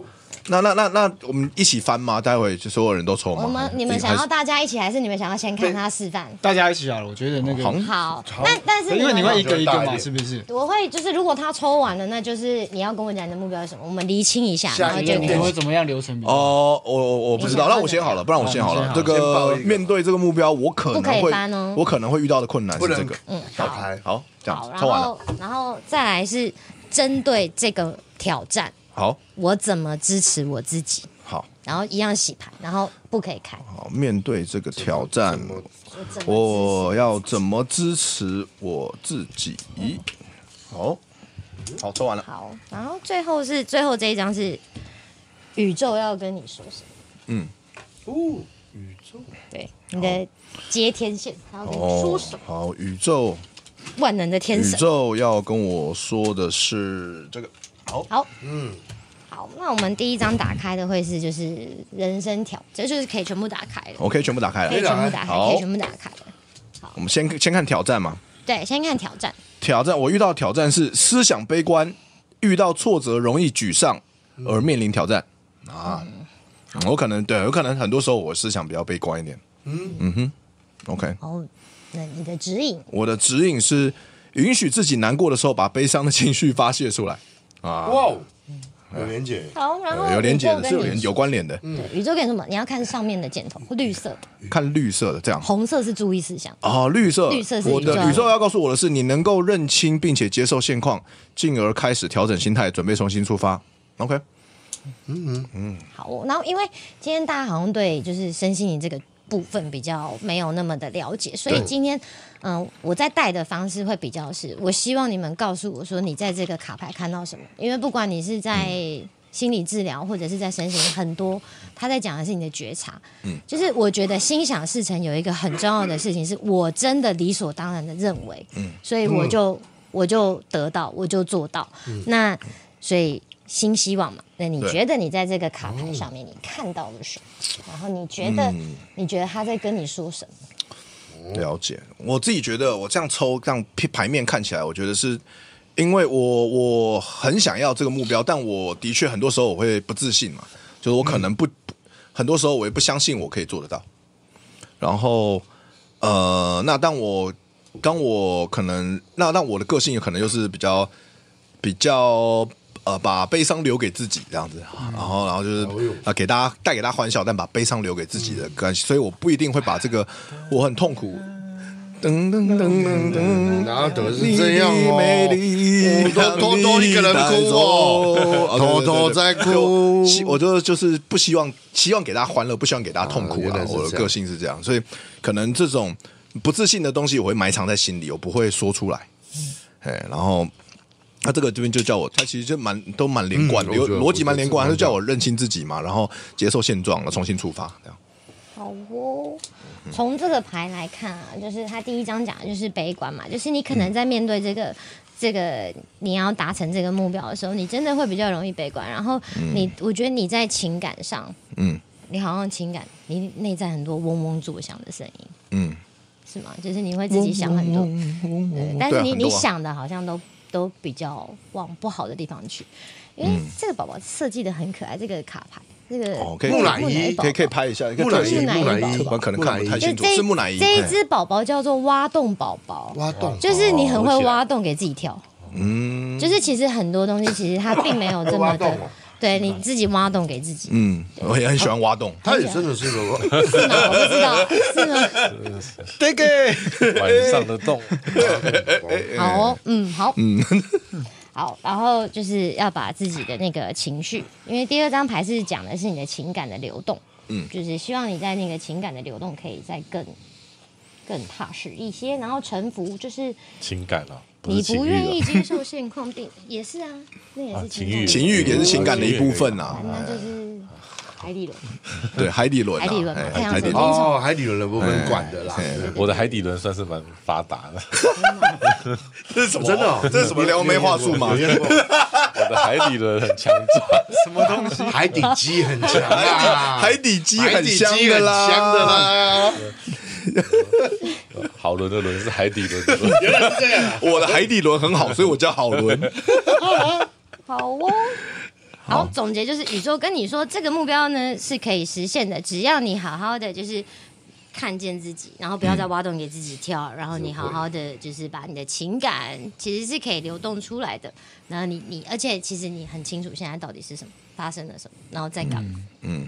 Speaker 1: 那那那那我们一起翻吗？待会就所有人都抽吗？
Speaker 3: 我们你们想要大家一起，还是你们想要先看他示范？
Speaker 5: 大家一起好了，我觉得那个
Speaker 1: 嗯好，
Speaker 3: 好，那但是
Speaker 5: 因为你会一
Speaker 3: 们。
Speaker 5: 个一个
Speaker 2: 大一
Speaker 5: 嘛，
Speaker 2: 点
Speaker 5: 是不是？
Speaker 3: 我会就是，如果他抽完了，那就是你要跟我讲你的目标是什么，我们厘清一下，
Speaker 2: 下
Speaker 3: 然后
Speaker 2: 一
Speaker 3: 就
Speaker 2: 个
Speaker 5: 你
Speaker 3: 开
Speaker 5: 们
Speaker 3: 始
Speaker 5: 会怎么样流程比较好？
Speaker 1: 哦，我我我不知道，
Speaker 3: 你想
Speaker 1: 那我先好了，不然我先好了
Speaker 5: 好。
Speaker 1: 这
Speaker 2: 先报
Speaker 1: 个
Speaker 2: 一个
Speaker 1: 面对这个目标，我可
Speaker 3: 不可
Speaker 1: 能
Speaker 3: 以
Speaker 1: 会
Speaker 3: 翻哦
Speaker 1: 我可能会遇到的困难
Speaker 2: 不
Speaker 1: 是这
Speaker 2: 能
Speaker 1: 个。哎
Speaker 3: 嗯
Speaker 2: 打牌，
Speaker 1: 好，这样
Speaker 3: 好，然
Speaker 1: 抽完了，
Speaker 3: 后然后再来是针对这个挑战，
Speaker 1: 好
Speaker 3: 我怎么支持我自己，
Speaker 1: 好
Speaker 3: 然后一样洗牌，然后不可以看，
Speaker 1: 好，面对这个挑战，
Speaker 3: 我怎么
Speaker 1: 我要怎么支持我自己？好，好，抽完了
Speaker 3: 支持。好，然后最后是最后这一张是宇宙要跟你说什么？
Speaker 1: 嗯
Speaker 2: 哦，宇宙，
Speaker 3: 对，你的接天线，他
Speaker 1: 哦
Speaker 3: 要跟你说什么？
Speaker 1: 好，宇宙，
Speaker 3: 万能的天
Speaker 1: 宇
Speaker 3: 神。
Speaker 1: 宙要跟我说的是这个。
Speaker 3: 好，嗯，好，那我们第一张打开的会是就是人生挑，这就是可以全部打开的，
Speaker 1: OK，全部打开
Speaker 3: 可以
Speaker 1: 哦了。
Speaker 3: 全部打开，
Speaker 1: 好
Speaker 3: 可以全部打开的。
Speaker 1: 我们先先看挑战嘛。
Speaker 3: 对，先看挑战，
Speaker 1: 挑战，我遇到挑战是思想悲观，遇到挫折容易沮丧而面临挑战啊。嗯我可能对，有可能很多时候我思想比较悲观一点。嗯哼，OK，
Speaker 3: 然后那你的指引，
Speaker 1: 我的指引是允许自己难过的时候，把悲伤的情绪发泄出来啊。
Speaker 2: 哇哦，有连姐，
Speaker 3: 好，然后
Speaker 1: 有连结
Speaker 3: 宇宙
Speaker 1: 的，
Speaker 3: 跟
Speaker 1: 是有
Speaker 3: 你
Speaker 1: 连有关联的，
Speaker 3: 对宇宙给你什么？你要看上面的箭头，绿色的，
Speaker 1: 看绿色的这样。
Speaker 3: 红色是注意事项。
Speaker 1: 哦，绿色，
Speaker 3: 嗯绿色是
Speaker 1: 我
Speaker 3: 宇
Speaker 1: 的
Speaker 3: 宙
Speaker 1: 宇宙要告诉我的是，你能够认清并且接受现况，进而开始调整心态，准备重新出发。OK，
Speaker 3: 好哦，然后因为今天大家好像对就是身心灵这个部分比较没有那么的了解，所以今天嗯、我在带的方式会比较是，我希望你们告诉我说你在这个卡牌看到什么，因为不管你是在。心理治疗或者是在身心灵很多，他在讲的是你的觉察。嗯，就是我觉得心想事成有一个很重要的事情，是我真的理所当然的认为，嗯，所以我就、我就得到，我就做到。那所以新希望嘛，那你
Speaker 1: 对
Speaker 3: 觉得你在这个卡牌上面你看到了什么？然后你觉得、你觉得他在跟你说什么？
Speaker 1: 了解。我自己觉得，我这样抽，这样牌面看起来，我觉得是因为我我很想要这个目标，但我的确很多时候我会不自信嘛，就是我可能不、很多时候我也不相信我可以做得到。然后呃，那当我当我可能那那我的个性可能就是比较比较。呃，把悲伤留给自己这样子，然后，然后就是
Speaker 2: 哎呦嗯
Speaker 1: 啊，给大家带给大家欢笑，但把悲伤留给自己的关系，所以我不一定会把这个我很痛苦，
Speaker 2: 嗯
Speaker 1: 噔噔噔噔噔，
Speaker 2: 拿嗯得是这样哦
Speaker 1: 美丽，
Speaker 2: 我都偷偷一个人哭
Speaker 1: 啊
Speaker 2: 哦
Speaker 1: 对对对对
Speaker 2: 偷偷在哭
Speaker 1: 希我就就是不希望，希望给大家欢乐，不希望给大家痛苦
Speaker 2: 啊原
Speaker 1: 啦
Speaker 2: 来。是
Speaker 1: 我的
Speaker 2: 这样
Speaker 1: 个性是这样，所以可能这种不自信的东西，我会埋藏在心里，我不会说出来。哎，然后。他这个这边就叫我，他其实就蛮都蛮连贯的，
Speaker 2: 嗯
Speaker 1: 有
Speaker 2: 我觉得
Speaker 1: 逻辑蛮连贯。
Speaker 2: 我
Speaker 1: 他
Speaker 2: 觉
Speaker 1: 就
Speaker 2: 得
Speaker 1: 叫我认清自己嘛，然后接受现状了，重新出发这样。
Speaker 3: 好哦，从这个牌来看啊，就是他第一章讲的就是悲观嘛，就是你可能在面对这
Speaker 1: 嗯
Speaker 3: 个。这个你要达成这个目标的时候，你真的会比较容易悲观。然后你，我觉得你在情感上，
Speaker 1: 嗯
Speaker 3: 你好像情感，你内在很多嗡嗡作响的声音，
Speaker 1: 嗯，
Speaker 3: 是吗？就是你会自己想很多，对但
Speaker 1: 对
Speaker 3: 是
Speaker 1: 啊
Speaker 3: 你、
Speaker 1: 很
Speaker 3: 你
Speaker 1: 多啊
Speaker 3: 想的好像都都比较往不好的地方去，因为这个宝宝设计的很可爱，这个卡牌。那个
Speaker 1: 嗯哦，可以
Speaker 2: 木乃伊
Speaker 1: 可以可以拍一下，
Speaker 2: 木乃伊，
Speaker 3: 木乃伊
Speaker 2: 木乃
Speaker 3: 木
Speaker 2: 伊，
Speaker 1: 我可能看不太
Speaker 2: 木乃
Speaker 1: 清
Speaker 2: 伊
Speaker 3: 就
Speaker 1: 楚，
Speaker 3: 这
Speaker 1: 是木乃伊。
Speaker 3: 这一
Speaker 1: 嘿
Speaker 3: 只宝宝叫做挖洞宝宝，
Speaker 2: 挖洞，
Speaker 3: 就是你很会
Speaker 1: 哦
Speaker 3: 挖洞给自己跳。嗯，就是其实很多东西其实它并没有这么
Speaker 2: 挖洞
Speaker 3: 的
Speaker 2: 哦，
Speaker 3: 对你自己挖洞给自己。
Speaker 1: 嗯，我也很喜欢挖洞。
Speaker 2: 他也真的 是个哦
Speaker 3: 是吗？我不知道，是吗？
Speaker 5: 这个
Speaker 4: 晚上的洞，
Speaker 3: 好哦，嗯，好， 好，然后就是要把自己的那个情绪，因为第二张牌是讲的是你的情感的流动，嗯，就是希望你在那个情感的流动可以再更更踏实一些，然后臣服，就是
Speaker 4: 情感啊，
Speaker 3: 你
Speaker 4: 是
Speaker 3: 不
Speaker 4: 情欲
Speaker 3: 愿
Speaker 4: 啊
Speaker 3: 意接受现况定也是啊，那也
Speaker 4: 啊
Speaker 3: 是
Speaker 4: 情
Speaker 3: 感
Speaker 4: 欲，
Speaker 3: 的
Speaker 1: 情欲也是情感的一部分
Speaker 4: 啊。
Speaker 1: 啊，
Speaker 3: 那
Speaker 2: 哦
Speaker 3: 就是海底轮，
Speaker 1: 对，海底轮啊，
Speaker 3: 海底轮嘛
Speaker 1: 哎
Speaker 3: 太阳
Speaker 1: 海底
Speaker 3: 神
Speaker 1: 轮，
Speaker 2: 哦，海底轮的部分管的
Speaker 1: 哎
Speaker 2: 啦，
Speaker 4: 我的海底轮算是蛮发达的，
Speaker 2: 这是什么？真的哦，这是什么？
Speaker 1: 你聊梅花数吗
Speaker 2: 有见过
Speaker 4: 我的海底轮很强壮，
Speaker 5: 什么东西？
Speaker 2: 海底鸡很强啊，
Speaker 1: 海底鸡很香
Speaker 2: 海底鸡
Speaker 1: 的
Speaker 2: 很
Speaker 1: 啦，
Speaker 2: 香的啦。
Speaker 4: 好轮的轮是海底轮的轮，
Speaker 1: 我的海底轮很好，所以我叫好轮。
Speaker 3: 好哦。好，总结就是宇宙跟你说，这个目标呢是可以实现的，只要你好好的就是看见自己，然后不要
Speaker 4: 嗯
Speaker 3: 再挖洞给自己跳，然后你好好的就是把你的情感其实是可以流动出来的。然后你你，而且其实你很清楚现在到底是什么发生了什么，然后再干嘛。
Speaker 1: 嗯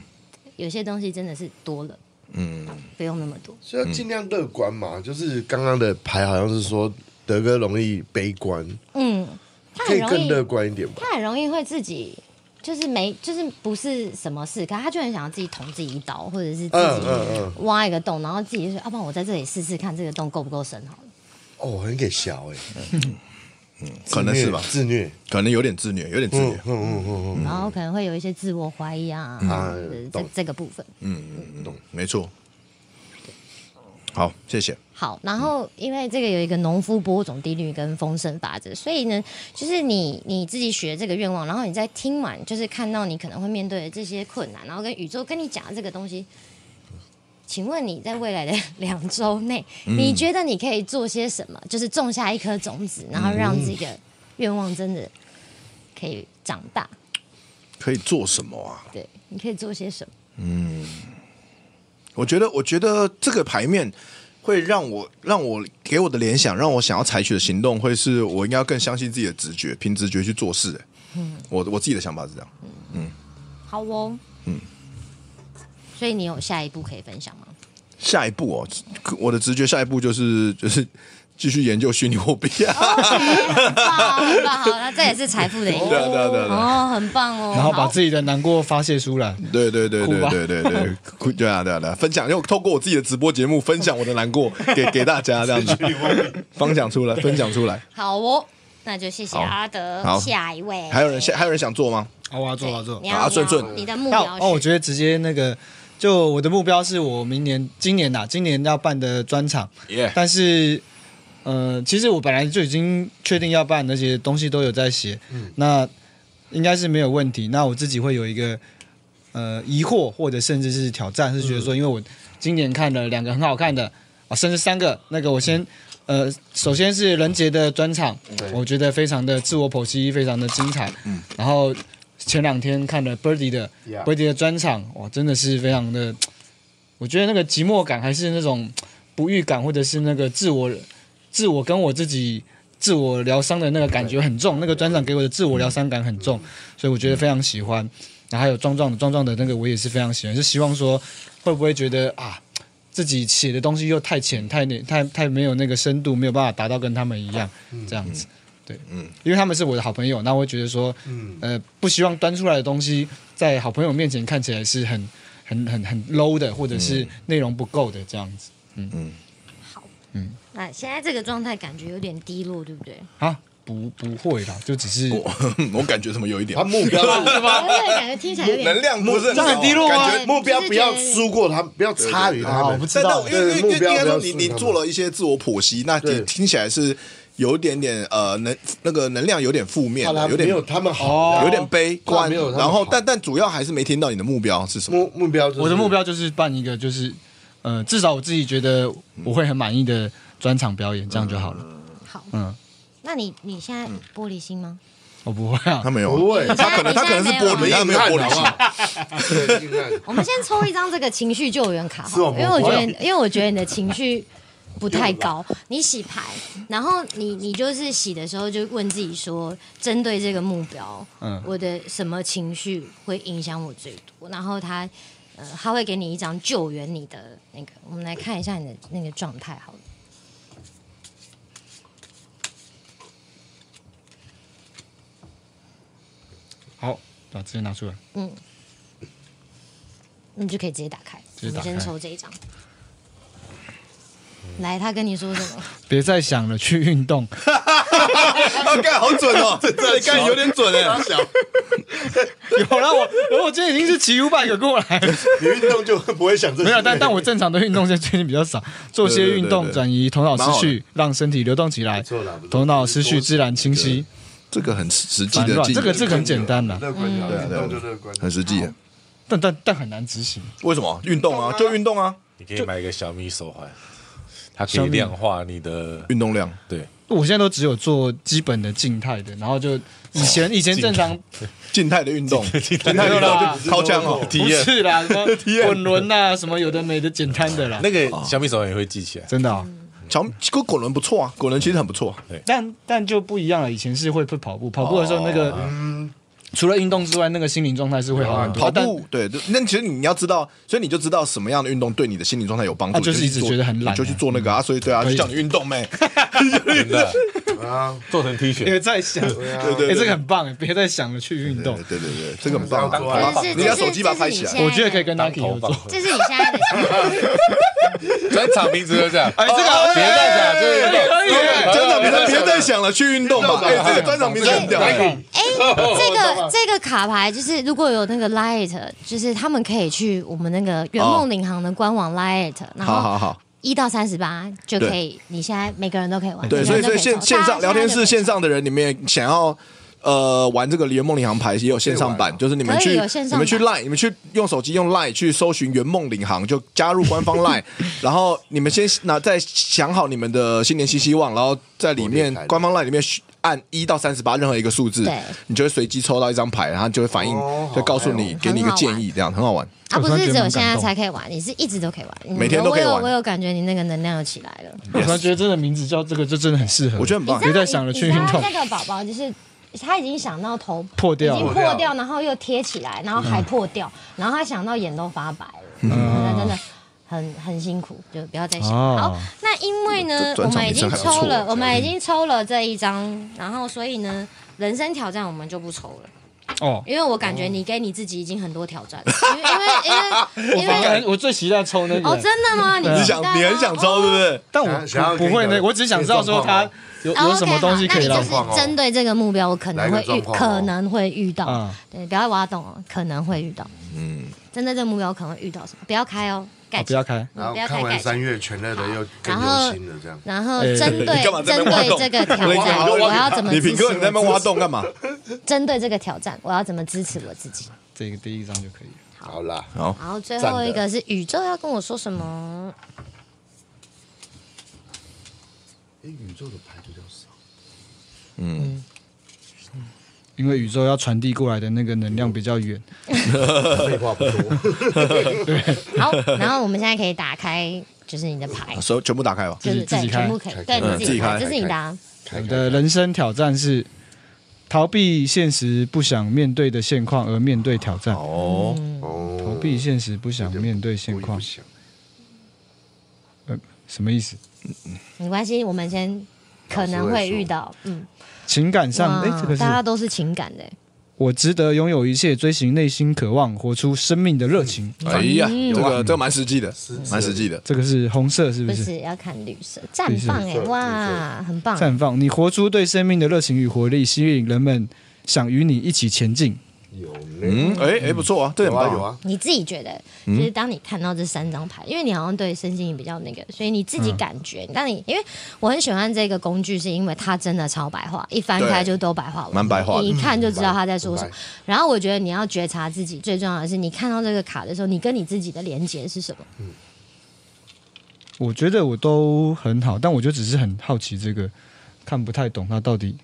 Speaker 3: 有些东西真的是多了，
Speaker 1: 嗯，
Speaker 3: 不用那么多。
Speaker 2: 所以要尽量乐观嘛，就是刚刚的牌好像是说德哥容易悲观，
Speaker 3: 嗯，他
Speaker 2: 可
Speaker 3: 很
Speaker 2: 以
Speaker 3: 容
Speaker 2: 更
Speaker 3: 易
Speaker 2: 乐观一点吧。
Speaker 3: 他很容易会自己就是没就是不是什么事，可他就很想要自己捅自己一刀，或者是自
Speaker 2: 嗯
Speaker 3: 己
Speaker 2: 嗯嗯，
Speaker 3: 挖一个洞，然后自己就说，要、啊不然我在这里试试看这个洞够不够深好了。
Speaker 2: 哦，很给小哎，
Speaker 1: 可能是吧，
Speaker 2: 自虐，
Speaker 1: 可能有点自虐，有点自
Speaker 2: 嗯
Speaker 1: 虐
Speaker 2: 嗯。嗯嗯
Speaker 3: 然后可能会有一些自我怀疑啊，
Speaker 2: 啊
Speaker 3: 就是这
Speaker 2: 懂
Speaker 3: 这个部分。
Speaker 2: 嗯
Speaker 1: 没错。好，谢谢。
Speaker 3: 好，然后因为这个有一个农夫播种定律跟丰盛法则，所以呢，就是你你自己许这个愿望，然后你再听完，就是看到你可能会面对的这些困难，然后跟宇宙跟你讲的这个东西。请问你在未来的 两周内，你觉得你可以做些什么？就是种下一颗种子，然后让这个愿望真的可以长大。
Speaker 1: 可以做什么啊？
Speaker 3: 对，你可以做些什么？
Speaker 1: 我觉得，我觉得这个牌面会让我让我给我的联想，让我想要采取的行动，会是我应该要更相信自己的直觉，凭直觉去做事、欸。
Speaker 3: 嗯
Speaker 1: 我我自己的想法是这样。
Speaker 3: 好哦，嗯。所以你有下一步可以分享吗？
Speaker 1: 下一步哦，我的直觉下一步就是就是继续研究虚拟货币啊。
Speaker 3: 很棒，很棒，好，那这也是财富的一
Speaker 1: 对啊
Speaker 3: 个
Speaker 1: 对啊对啊对啊
Speaker 3: 哦，很棒哦。
Speaker 5: 然后把
Speaker 3: 好
Speaker 5: 自己的难过发泄出来。
Speaker 1: 对对对对
Speaker 5: 哭吧
Speaker 1: 对对对，哭对啊对啊对啊，分享用透过我自己的直播节目分享我的难过给给大家这样子，分享出来，分享出来。
Speaker 3: 好哦，那就谢谢阿德
Speaker 1: 好。
Speaker 3: 下一位，
Speaker 1: 还有人想还有人想做吗？
Speaker 5: 好，我要做，我要做
Speaker 3: 你。要
Speaker 1: 啊顺
Speaker 3: 你要
Speaker 1: 顺
Speaker 3: 你的目
Speaker 5: 那
Speaker 3: 标
Speaker 5: 哦，我觉
Speaker 3: 得
Speaker 5: 得直接那个，就我的目标是我明年、今年呐、啊今年要办的专场，
Speaker 1: 耶，
Speaker 5: 但是，呃，其实我本来就已经确定要办，那些东西都有在写，那应该是没有问题。那我自己会有一个呃疑惑，或者甚至是挑战，是觉得说，因为我今年看了两个很好看的啊，甚至三个，那个我先。呃，首先是任杰的专场，我觉得非常的自我剖析，非常的精彩。嗯，然后前两天看了 Birdy 的
Speaker 2: Yeah
Speaker 5: Birdy 的专场，哇，真的是非常的，我觉得那个寂寞感还是那种不育感，或者是那个自我、自我跟我自己自我疗伤的那个感觉很重。那个专场给我的自我疗伤感很重，所以我觉得非常喜欢。然后还有壮壮的壮壮的那个，我也是非常喜欢，是希望说会不会觉得啊，自己写的东西又太浅、太那、太太没有那个深度，没有办法达到跟他们一样这样子。对，嗯，因为他们是我的好朋友，那我会觉得说，呃，不希望端出来的东西在好朋友面前看起来是很、很、很、很 low 的，或者是内容不够的这样子。
Speaker 3: 好，嗯，那现在这个状态感觉有点低落，对不 对？
Speaker 5: 啊，不不会啦，就只是
Speaker 1: 我感觉怎么有一点
Speaker 2: 他目标
Speaker 3: 是吗？对，感觉听起来有
Speaker 1: 能
Speaker 3: 点
Speaker 1: 量不是
Speaker 5: 这样很低落吗
Speaker 1: 感觉
Speaker 3: 对
Speaker 2: 目标不要输过他，不要差于他
Speaker 5: 啊，我
Speaker 2: 们
Speaker 5: 不。知
Speaker 1: 但但
Speaker 5: 道
Speaker 1: 我因。为因为
Speaker 2: 对目
Speaker 1: 因为
Speaker 2: 标
Speaker 1: 应该说
Speaker 2: 不
Speaker 1: 你
Speaker 2: 要输
Speaker 1: 你
Speaker 2: 他们
Speaker 1: 做了一些自我剖析，那
Speaker 2: 对
Speaker 1: 你听起来是有一点点呃能那个能量有点负面
Speaker 2: 怕他
Speaker 1: 的，有点哦
Speaker 2: 没有他们好，
Speaker 1: 有点悲观，
Speaker 2: 没有他们
Speaker 1: 然后
Speaker 2: 好
Speaker 1: 但但主要还是没听到你的目标是什么。
Speaker 2: 目目标就是
Speaker 5: 我的目标就是办一个，就是呃，至少我自己觉得我会很满意的专场表演，这样就好了。
Speaker 3: 好。
Speaker 5: 嗯，
Speaker 3: 那你你现在玻璃心吗？
Speaker 5: 我不会啊
Speaker 1: 他，没有
Speaker 2: 不
Speaker 1: 啊，
Speaker 2: 会，
Speaker 1: 他可能
Speaker 3: 你现
Speaker 1: 他
Speaker 3: 在
Speaker 1: 可能是
Speaker 3: 没
Speaker 1: 玻
Speaker 3: 有啊
Speaker 1: 璃，他没有玻璃
Speaker 2: 好
Speaker 1: 心
Speaker 2: 不。好？对硬汉
Speaker 3: 我们先抽一张这个情绪救援卡好
Speaker 2: 是我
Speaker 3: 了，因为我
Speaker 2: 们
Speaker 3: 觉得，因为我觉得你的情绪不太高。你洗牌，然后你你就是洗的时候就问自己说，针对这个目标，
Speaker 5: 嗯
Speaker 3: 我的什么情绪会影响我最多？然后他，呃，他会给你一张救援你的那个，我们来看一下你的那个状态好了。
Speaker 5: 好，把直接拿出来，
Speaker 3: 嗯，你就可以直接打开。
Speaker 5: 直接打
Speaker 3: 我
Speaker 5: 开
Speaker 3: 们先抽这一张。来，他跟你说什么？
Speaker 5: 别再想了，去运动。
Speaker 1: 他 干好准哦，这干有点准哎。
Speaker 5: 有了我，我今天已经是骑五百个过来了，
Speaker 2: 你运动就不会想这些
Speaker 5: 没有，但但我正常的运动现在最近比较少，做
Speaker 1: 对
Speaker 5: 些
Speaker 1: 对对
Speaker 5: 运动
Speaker 1: 对
Speaker 5: 转移头脑
Speaker 1: 蛮好
Speaker 5: 思绪，让身体流动起来
Speaker 2: 不错啦不错，
Speaker 5: 头脑思绪自然清晰，
Speaker 1: 这个很实际
Speaker 5: 烦
Speaker 1: 的
Speaker 5: 乱，
Speaker 1: 技
Speaker 5: 这
Speaker 1: 能，
Speaker 5: 个这个很简单啦，
Speaker 2: 乐观就好，
Speaker 1: 对啊
Speaker 2: 运
Speaker 1: 对啊
Speaker 2: 动就乐观。
Speaker 1: 很实际。
Speaker 5: 但但但很难执行。
Speaker 1: 为什么？运动啊，就运动啊，
Speaker 4: 你可以买一个小米手环，它可
Speaker 5: 小
Speaker 4: 以
Speaker 5: 米
Speaker 4: 量化你的
Speaker 1: 运动量。
Speaker 4: 对
Speaker 5: 我现在都只有做基本的静态的，然后就以前以前正常
Speaker 1: 静态的运动，静态的运
Speaker 5: 没有啦
Speaker 1: 动，掏枪哦，
Speaker 4: 体
Speaker 5: 不
Speaker 4: 验。
Speaker 5: 是啦，什么滚轮呐，什么有的没的简单的啦，
Speaker 4: 那个小米手环也会记起来，
Speaker 5: 真的啊。
Speaker 1: 乔，滚滚轮不错啊，滚轮其实很不错啊，
Speaker 5: 但但就不一样了，以前是会会跑步，跑步的时候那个、除了运动之外，那个心灵状态是会好很多。
Speaker 1: 跑
Speaker 5: 但
Speaker 1: 步对，就那其实你要知道，所以你就知道什么样的运动对你的心理状态有帮助，
Speaker 5: 啊就是
Speaker 1: 你
Speaker 5: 一直
Speaker 1: 做
Speaker 5: 觉得很懒啊
Speaker 1: 你就去做那个啊，所以对啊，
Speaker 5: 可以
Speaker 1: 就叫你运动呗，
Speaker 4: 真的
Speaker 2: 啊，
Speaker 4: 做成 T 恤
Speaker 5: 别再想，哎、
Speaker 1: 对 对，对
Speaker 5: 这个很棒，别再想了，去运动
Speaker 1: 对。对对对，这个很棒
Speaker 2: 当头
Speaker 1: 啊，
Speaker 2: 发
Speaker 1: 把
Speaker 2: 这
Speaker 3: 是
Speaker 1: 你把
Speaker 3: 这是
Speaker 1: 手机把它拍起
Speaker 3: 这是
Speaker 1: 来，
Speaker 3: 你
Speaker 5: 我觉得可以跟
Speaker 4: 当
Speaker 5: Nike
Speaker 4: 头
Speaker 5: 合
Speaker 4: 发
Speaker 5: 作。，
Speaker 3: 这是你现在的情绪。
Speaker 4: 专场名字就这样。哦哎
Speaker 5: 哎，这个好
Speaker 4: 别再讲，这个
Speaker 1: 哎
Speaker 5: 可以耶
Speaker 1: 专场名称别再想了，去哎运动吧，哎，这个专场名称很屌，哎
Speaker 3: 哎，这个这个卡牌就是如果有那个 Light，就是他们可以去我们那个圆梦领航的官网 Light，然
Speaker 1: 好
Speaker 3: 后
Speaker 1: 好好。
Speaker 3: 一到三十八就可以，你现在每个人都可以玩。
Speaker 1: 对，
Speaker 3: 每个
Speaker 1: 所以
Speaker 3: 人都
Speaker 1: 所
Speaker 3: 可
Speaker 1: 以
Speaker 3: 抽
Speaker 1: 线线上聊天室线，上的人，你们也想要呃玩这个圆梦领航牌，也有线上版，就是你们
Speaker 3: 可以
Speaker 1: 去呃
Speaker 3: 有线上
Speaker 1: 你
Speaker 3: 版
Speaker 1: 们去 Line，你们去用手机用 Line 去搜寻圆梦领航，就加入官方 Line，然后你们先拿再想好你们的新年新希望，然后在里面
Speaker 2: 我理解
Speaker 1: 官方 Line 里面选。按一到三十八任何一个数字
Speaker 3: 对，
Speaker 1: 你就会随机抽到一张牌，然后就会反应
Speaker 2: 哦，
Speaker 1: 就告诉你，给你一个建议，这样很好玩。
Speaker 3: 啊，不
Speaker 5: 我突然
Speaker 3: 是
Speaker 5: 觉得
Speaker 3: 只有
Speaker 5: 蛮
Speaker 3: 现
Speaker 5: 感
Speaker 3: 在
Speaker 5: 动
Speaker 3: 才可以玩，你是一直都可以玩。
Speaker 1: 每天都可以玩
Speaker 3: 我有我有感觉你那个能量又起来了。
Speaker 5: 我突然觉得这个名字叫这个，就真的很适合。
Speaker 1: 我觉得很棒
Speaker 5: 别再想了，
Speaker 3: 你
Speaker 5: 去
Speaker 3: 知道
Speaker 5: 运动
Speaker 3: 那。个宝宝就是。他已经想到头
Speaker 5: 破掉
Speaker 3: 已经破掉，然后又贴起来，然后还破掉，然后他想到眼都发白了，
Speaker 5: 嗯
Speaker 3: 真的真的很很辛苦，就不要再想。
Speaker 5: 哦
Speaker 3: 好，那因为呢，
Speaker 1: 这
Speaker 3: 我
Speaker 1: 转场
Speaker 3: 们已经
Speaker 1: 名称还不
Speaker 3: 抽
Speaker 1: 错
Speaker 3: 了，我们已经抽了这一张，然后所以呢，人生挑战我们就不抽了，
Speaker 5: 哦，
Speaker 3: 因为我感觉你给你自己已经很多挑战了，因为因为因为
Speaker 5: 我
Speaker 3: 因
Speaker 5: 反
Speaker 3: 为
Speaker 5: 而我最期待抽那个。
Speaker 3: 哦，真的吗？你
Speaker 5: 啊
Speaker 1: 你
Speaker 3: 期
Speaker 1: 想
Speaker 3: 待吗
Speaker 1: 你很想抽，对不？
Speaker 3: 哦
Speaker 1: 对？
Speaker 5: 但
Speaker 2: 想要给
Speaker 5: 我不
Speaker 2: 你
Speaker 5: 不会那
Speaker 2: 的
Speaker 5: 个，我只想知道说它有
Speaker 3: 哦
Speaker 5: 有什
Speaker 3: OK，
Speaker 5: 么
Speaker 3: 好
Speaker 5: 东西可以
Speaker 3: 那
Speaker 5: 让
Speaker 3: 你
Speaker 2: 状况
Speaker 3: 就
Speaker 2: 哦
Speaker 3: 是针对这个目标，我可能会
Speaker 2: 来个状
Speaker 3: 遇，
Speaker 2: 况哦
Speaker 3: 可能会遇到。
Speaker 5: 嗯
Speaker 3: 对，不要挖洞哦，可能会遇到。嗯，针对这个目标可能会遇到什么？不要开哦，盖
Speaker 5: 哦
Speaker 3: 起
Speaker 5: 不
Speaker 3: 来、
Speaker 5: 要开。
Speaker 2: 然后
Speaker 3: 不要
Speaker 2: 看
Speaker 3: 太
Speaker 2: 完
Speaker 3: 感
Speaker 2: 三月全乐的又更
Speaker 3: 然
Speaker 2: 用
Speaker 3: 后
Speaker 2: 心了，这样。
Speaker 3: 然后
Speaker 5: 哎
Speaker 3: 针 对
Speaker 1: 你干嘛在那
Speaker 3: 针
Speaker 1: 边挖
Speaker 3: 对
Speaker 1: 洞
Speaker 3: 这个挑
Speaker 1: 你
Speaker 3: 战，我要怎么
Speaker 1: 你
Speaker 3: 支
Speaker 1: 平
Speaker 3: 持
Speaker 1: 哥你在那边挖
Speaker 3: 我自己？
Speaker 1: 洞干嘛？
Speaker 3: 针对这个挑战，我要怎么支持我自己？
Speaker 5: 这个第一张就可以了。
Speaker 2: 好啦，
Speaker 3: 然后最后一个是宇宙要跟我说什么？
Speaker 2: 哎，宇宙的牌比较少，
Speaker 5: 因为宇宙要传递过来的那个能量比较远，
Speaker 2: 废话不多。
Speaker 3: 好， 然后我们现在可以打开，就是你的牌，
Speaker 1: 所以全部打开吧。
Speaker 3: 就是
Speaker 5: 自
Speaker 3: 对，
Speaker 5: 己自己开
Speaker 3: 全部可以，对，
Speaker 2: 开
Speaker 3: 你自己
Speaker 1: 嗯自己开
Speaker 3: 开，这是你的啊。
Speaker 5: 我的人生挑战是逃避现实不想面对的现况，而面对挑战。
Speaker 1: 哦，
Speaker 3: 嗯
Speaker 2: 哦
Speaker 5: 逃避现实不想面对 现
Speaker 2: 我也
Speaker 5: 况
Speaker 2: 不，想
Speaker 5: 呃，什么意思？
Speaker 3: 没关系，我们先可能会遇到，嗯，
Speaker 5: 情感
Speaker 3: 哇
Speaker 5: 上，哎，这个是
Speaker 3: 大家都是情感的，
Speaker 5: 我值得拥有一切，追寻内心渴望，活出生命的热情。
Speaker 1: 哎呀，
Speaker 3: 嗯
Speaker 1: 这个这个蛮实际的，蛮实际的。
Speaker 5: 这个是红色，是不
Speaker 3: 不
Speaker 5: 是？
Speaker 3: 是要看绿色，绽放哎、哇，很棒！
Speaker 5: 绽放，你活出对生命的热情与活力，吸引人们想与你一起前进。
Speaker 2: 有
Speaker 1: 嗯
Speaker 2: 呢，，
Speaker 1: 哎哎，不错啊，这很
Speaker 2: 有啊
Speaker 1: 棒
Speaker 2: 有。啊，
Speaker 3: 你自己觉得，就是当你看到这三张牌，因为你好像对身心灵比较那个，所以你自己感觉，当你因为我很喜欢这个工具，是因为它真的超白话，一翻开就都白话文，
Speaker 1: 蛮白话的
Speaker 3: 你一看就知道他在说什
Speaker 2: 嗯
Speaker 3: 么。然后我觉得你要觉察自己，最重要的是你看到这个卡的时候，你跟你自己的连接是什么？
Speaker 5: 我觉得我都很好，但我就只是很好奇这个，看不太懂它到底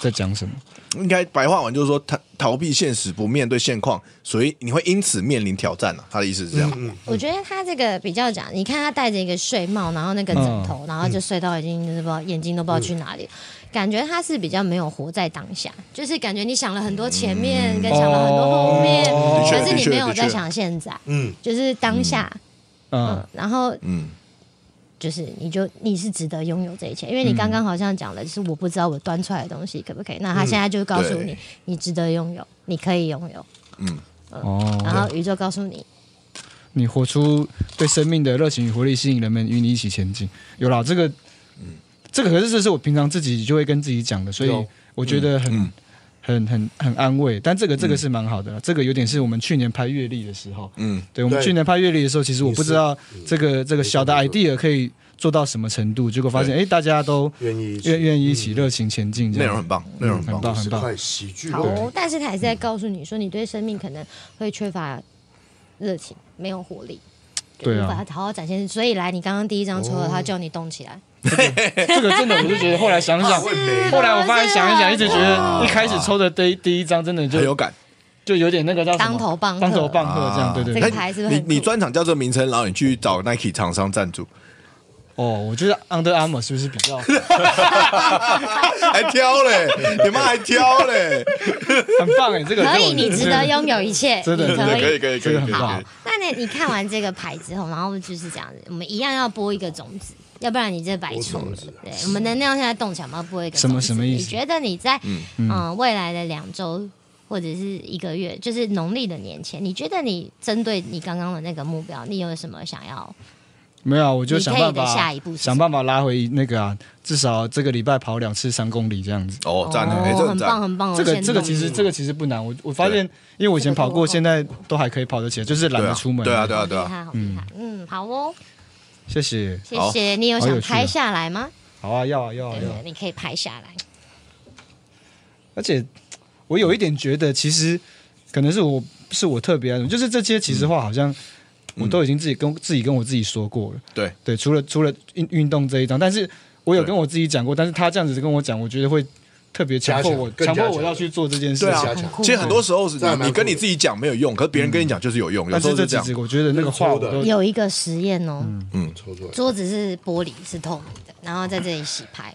Speaker 5: 在讲什么。
Speaker 1: 应该白话文就是说他逃避现实，不面对现况，所以你会因此面临挑战啊。他的意思是这样，
Speaker 3: 我觉得他这个比较讲，你看他戴着一个睡帽，然后那个
Speaker 1: 嗯
Speaker 3: 枕头，然后就睡到已经就是不知道眼睛都不知道去哪里，感觉他是比较没有活在当下，就是感觉你想了很多前面，跟想了很多后面，
Speaker 1: 嗯哦的确
Speaker 3: 但是
Speaker 1: 的
Speaker 3: 你
Speaker 1: 确
Speaker 3: 没有
Speaker 1: 的确
Speaker 3: 在想现在，
Speaker 2: 嗯，
Speaker 3: 就是当下，
Speaker 5: 嗯
Speaker 3: 嗯，，然后
Speaker 1: 嗯，
Speaker 3: 就是你就你是值得拥有这一切，因为你
Speaker 1: 嗯
Speaker 3: 刚刚好像讲了，就是我不知道我端出来的东西可不可以，那他现在就告诉
Speaker 1: 对
Speaker 3: 你，你值得拥有，你可以拥有，嗯然
Speaker 5: 哦，
Speaker 3: 后宇宙告诉你，
Speaker 5: 你活出对生命的热情与活力，吸引人们与你一起前进。有啦，这个，这个可是这是我平常自己就会跟自己讲的，所以
Speaker 2: 有
Speaker 5: 我觉得很、很很很安慰。但这个这个是蛮好的啦，这个有点是我们去年拍阅历的时候，
Speaker 1: 嗯
Speaker 5: 嗯，对我们
Speaker 2: 对
Speaker 5: 去年拍阅历的时候，其实我
Speaker 2: 你是
Speaker 5: 不知道这个这个小的 idea 可以做到什么程度，结果发现哎、诶大家都
Speaker 2: 愿意一起嗯
Speaker 5: 愿愿意一起热情前进，这
Speaker 1: 内
Speaker 5: 样
Speaker 1: 容很棒，嗯内容很
Speaker 5: 很
Speaker 1: 棒。
Speaker 5: 棒很
Speaker 2: 是
Speaker 5: 棒。
Speaker 2: 块喜剧
Speaker 3: 好
Speaker 2: 肉
Speaker 3: 哦，但是他还是在告诉你说，你对生命可能会缺乏热情，没有活力，
Speaker 5: 对啊
Speaker 3: 无法好好展现。所以来，你刚刚第一张抽了，他叫你动起来，
Speaker 5: 这个真的，我就觉得后来想想，后来我发现想一想，一直觉得一开始抽的第一第一张真的就
Speaker 1: 很有感，啊
Speaker 5: 就有点那个叫什么
Speaker 3: 当头棒喝啊
Speaker 5: 当头棒喝这样，对对
Speaker 3: 这
Speaker 5: 对
Speaker 3: 个。牌是不是
Speaker 1: 哎你你
Speaker 3: 很酷
Speaker 1: 专场叫这个名称，然后你去找 Nike 厂商赞 助，
Speaker 5: 哦，我觉得 Under Armour 是不是比较？
Speaker 1: 还哎挑嘞，你妈还挑嘞，
Speaker 5: 很棒哎，这个
Speaker 3: 可
Speaker 5: 这
Speaker 3: 以，
Speaker 5: 个
Speaker 3: 你值得拥有一切，
Speaker 5: 真的
Speaker 3: 你
Speaker 5: 真的
Speaker 3: 可以。
Speaker 1: 可以
Speaker 5: 这个很棒。
Speaker 3: 那你你看完这个牌之后，然后就是这样子，我们一样要播一个种子，要不然你这白抽了。对，我们能量现在动起来，我们要播一个
Speaker 5: 啊什么
Speaker 3: 种子
Speaker 5: 什么意思
Speaker 3: 你觉得你在嗯、未来的两周或者是一个月，就是农历的年前，你觉得你针对你刚刚的那个目标，你有什么想要？
Speaker 5: 没有啊，我就想办
Speaker 3: 你可以的下
Speaker 5: 法
Speaker 3: 一步是什么
Speaker 5: 想办法拉回那个啊，至少这个礼拜跑两次三公里这样子。
Speaker 1: 哦，赞的，哎，这很
Speaker 3: 哦，很棒
Speaker 1: 赞，
Speaker 3: 很棒哦。
Speaker 5: 这个
Speaker 3: 先
Speaker 5: 这个
Speaker 3: 动
Speaker 5: 其实这个其实不难，我我发现，因为我以前跑过，现在都还可以跑得起来，就是懒
Speaker 1: 对
Speaker 5: 得
Speaker 1: 啊
Speaker 5: 出门。
Speaker 1: 对啊，对
Speaker 3: 好
Speaker 1: 啊，
Speaker 3: 厉
Speaker 1: 对啊，
Speaker 3: 害，好厉害。嗯，好哦，
Speaker 5: 谢谢。
Speaker 3: 谢谢。你有
Speaker 5: 好有
Speaker 3: 想
Speaker 5: 趣啊
Speaker 3: 拍下来吗？
Speaker 5: 好啊，要啊，要啊，
Speaker 3: 对
Speaker 5: 要啊
Speaker 3: 对，。你可以拍下来。
Speaker 5: 而且我有一点觉得，其实可能是我是我特别爱，就是这些其实话好像我都已经自己跟、自己跟我自己说过了。
Speaker 1: 嗯对
Speaker 5: 对，除了除了运运动这一章，但是我有
Speaker 1: 对
Speaker 5: 跟我自己讲过，但是他这样子跟我讲，我觉得会特别强迫我
Speaker 2: 加强更加
Speaker 5: 强
Speaker 2: 强
Speaker 5: 迫我要去做这件事
Speaker 1: 对
Speaker 5: 情。
Speaker 1: 啊
Speaker 2: 加强，
Speaker 1: 其实很多时候是
Speaker 2: 这还
Speaker 1: 你
Speaker 2: 蛮
Speaker 1: 你跟
Speaker 2: 酷
Speaker 1: 你
Speaker 2: 的
Speaker 1: 自己讲没有用，可是别人跟你讲就是有用，有
Speaker 5: 但
Speaker 1: 时候
Speaker 5: 是这
Speaker 1: 是这
Speaker 5: 几
Speaker 1: 样
Speaker 5: 集，。我觉得那个话我都
Speaker 3: 有一个实验
Speaker 5: 嗯
Speaker 3: 哦，
Speaker 2: 抽出来，
Speaker 3: 桌子是玻璃，是透明的，然后在这里洗牌，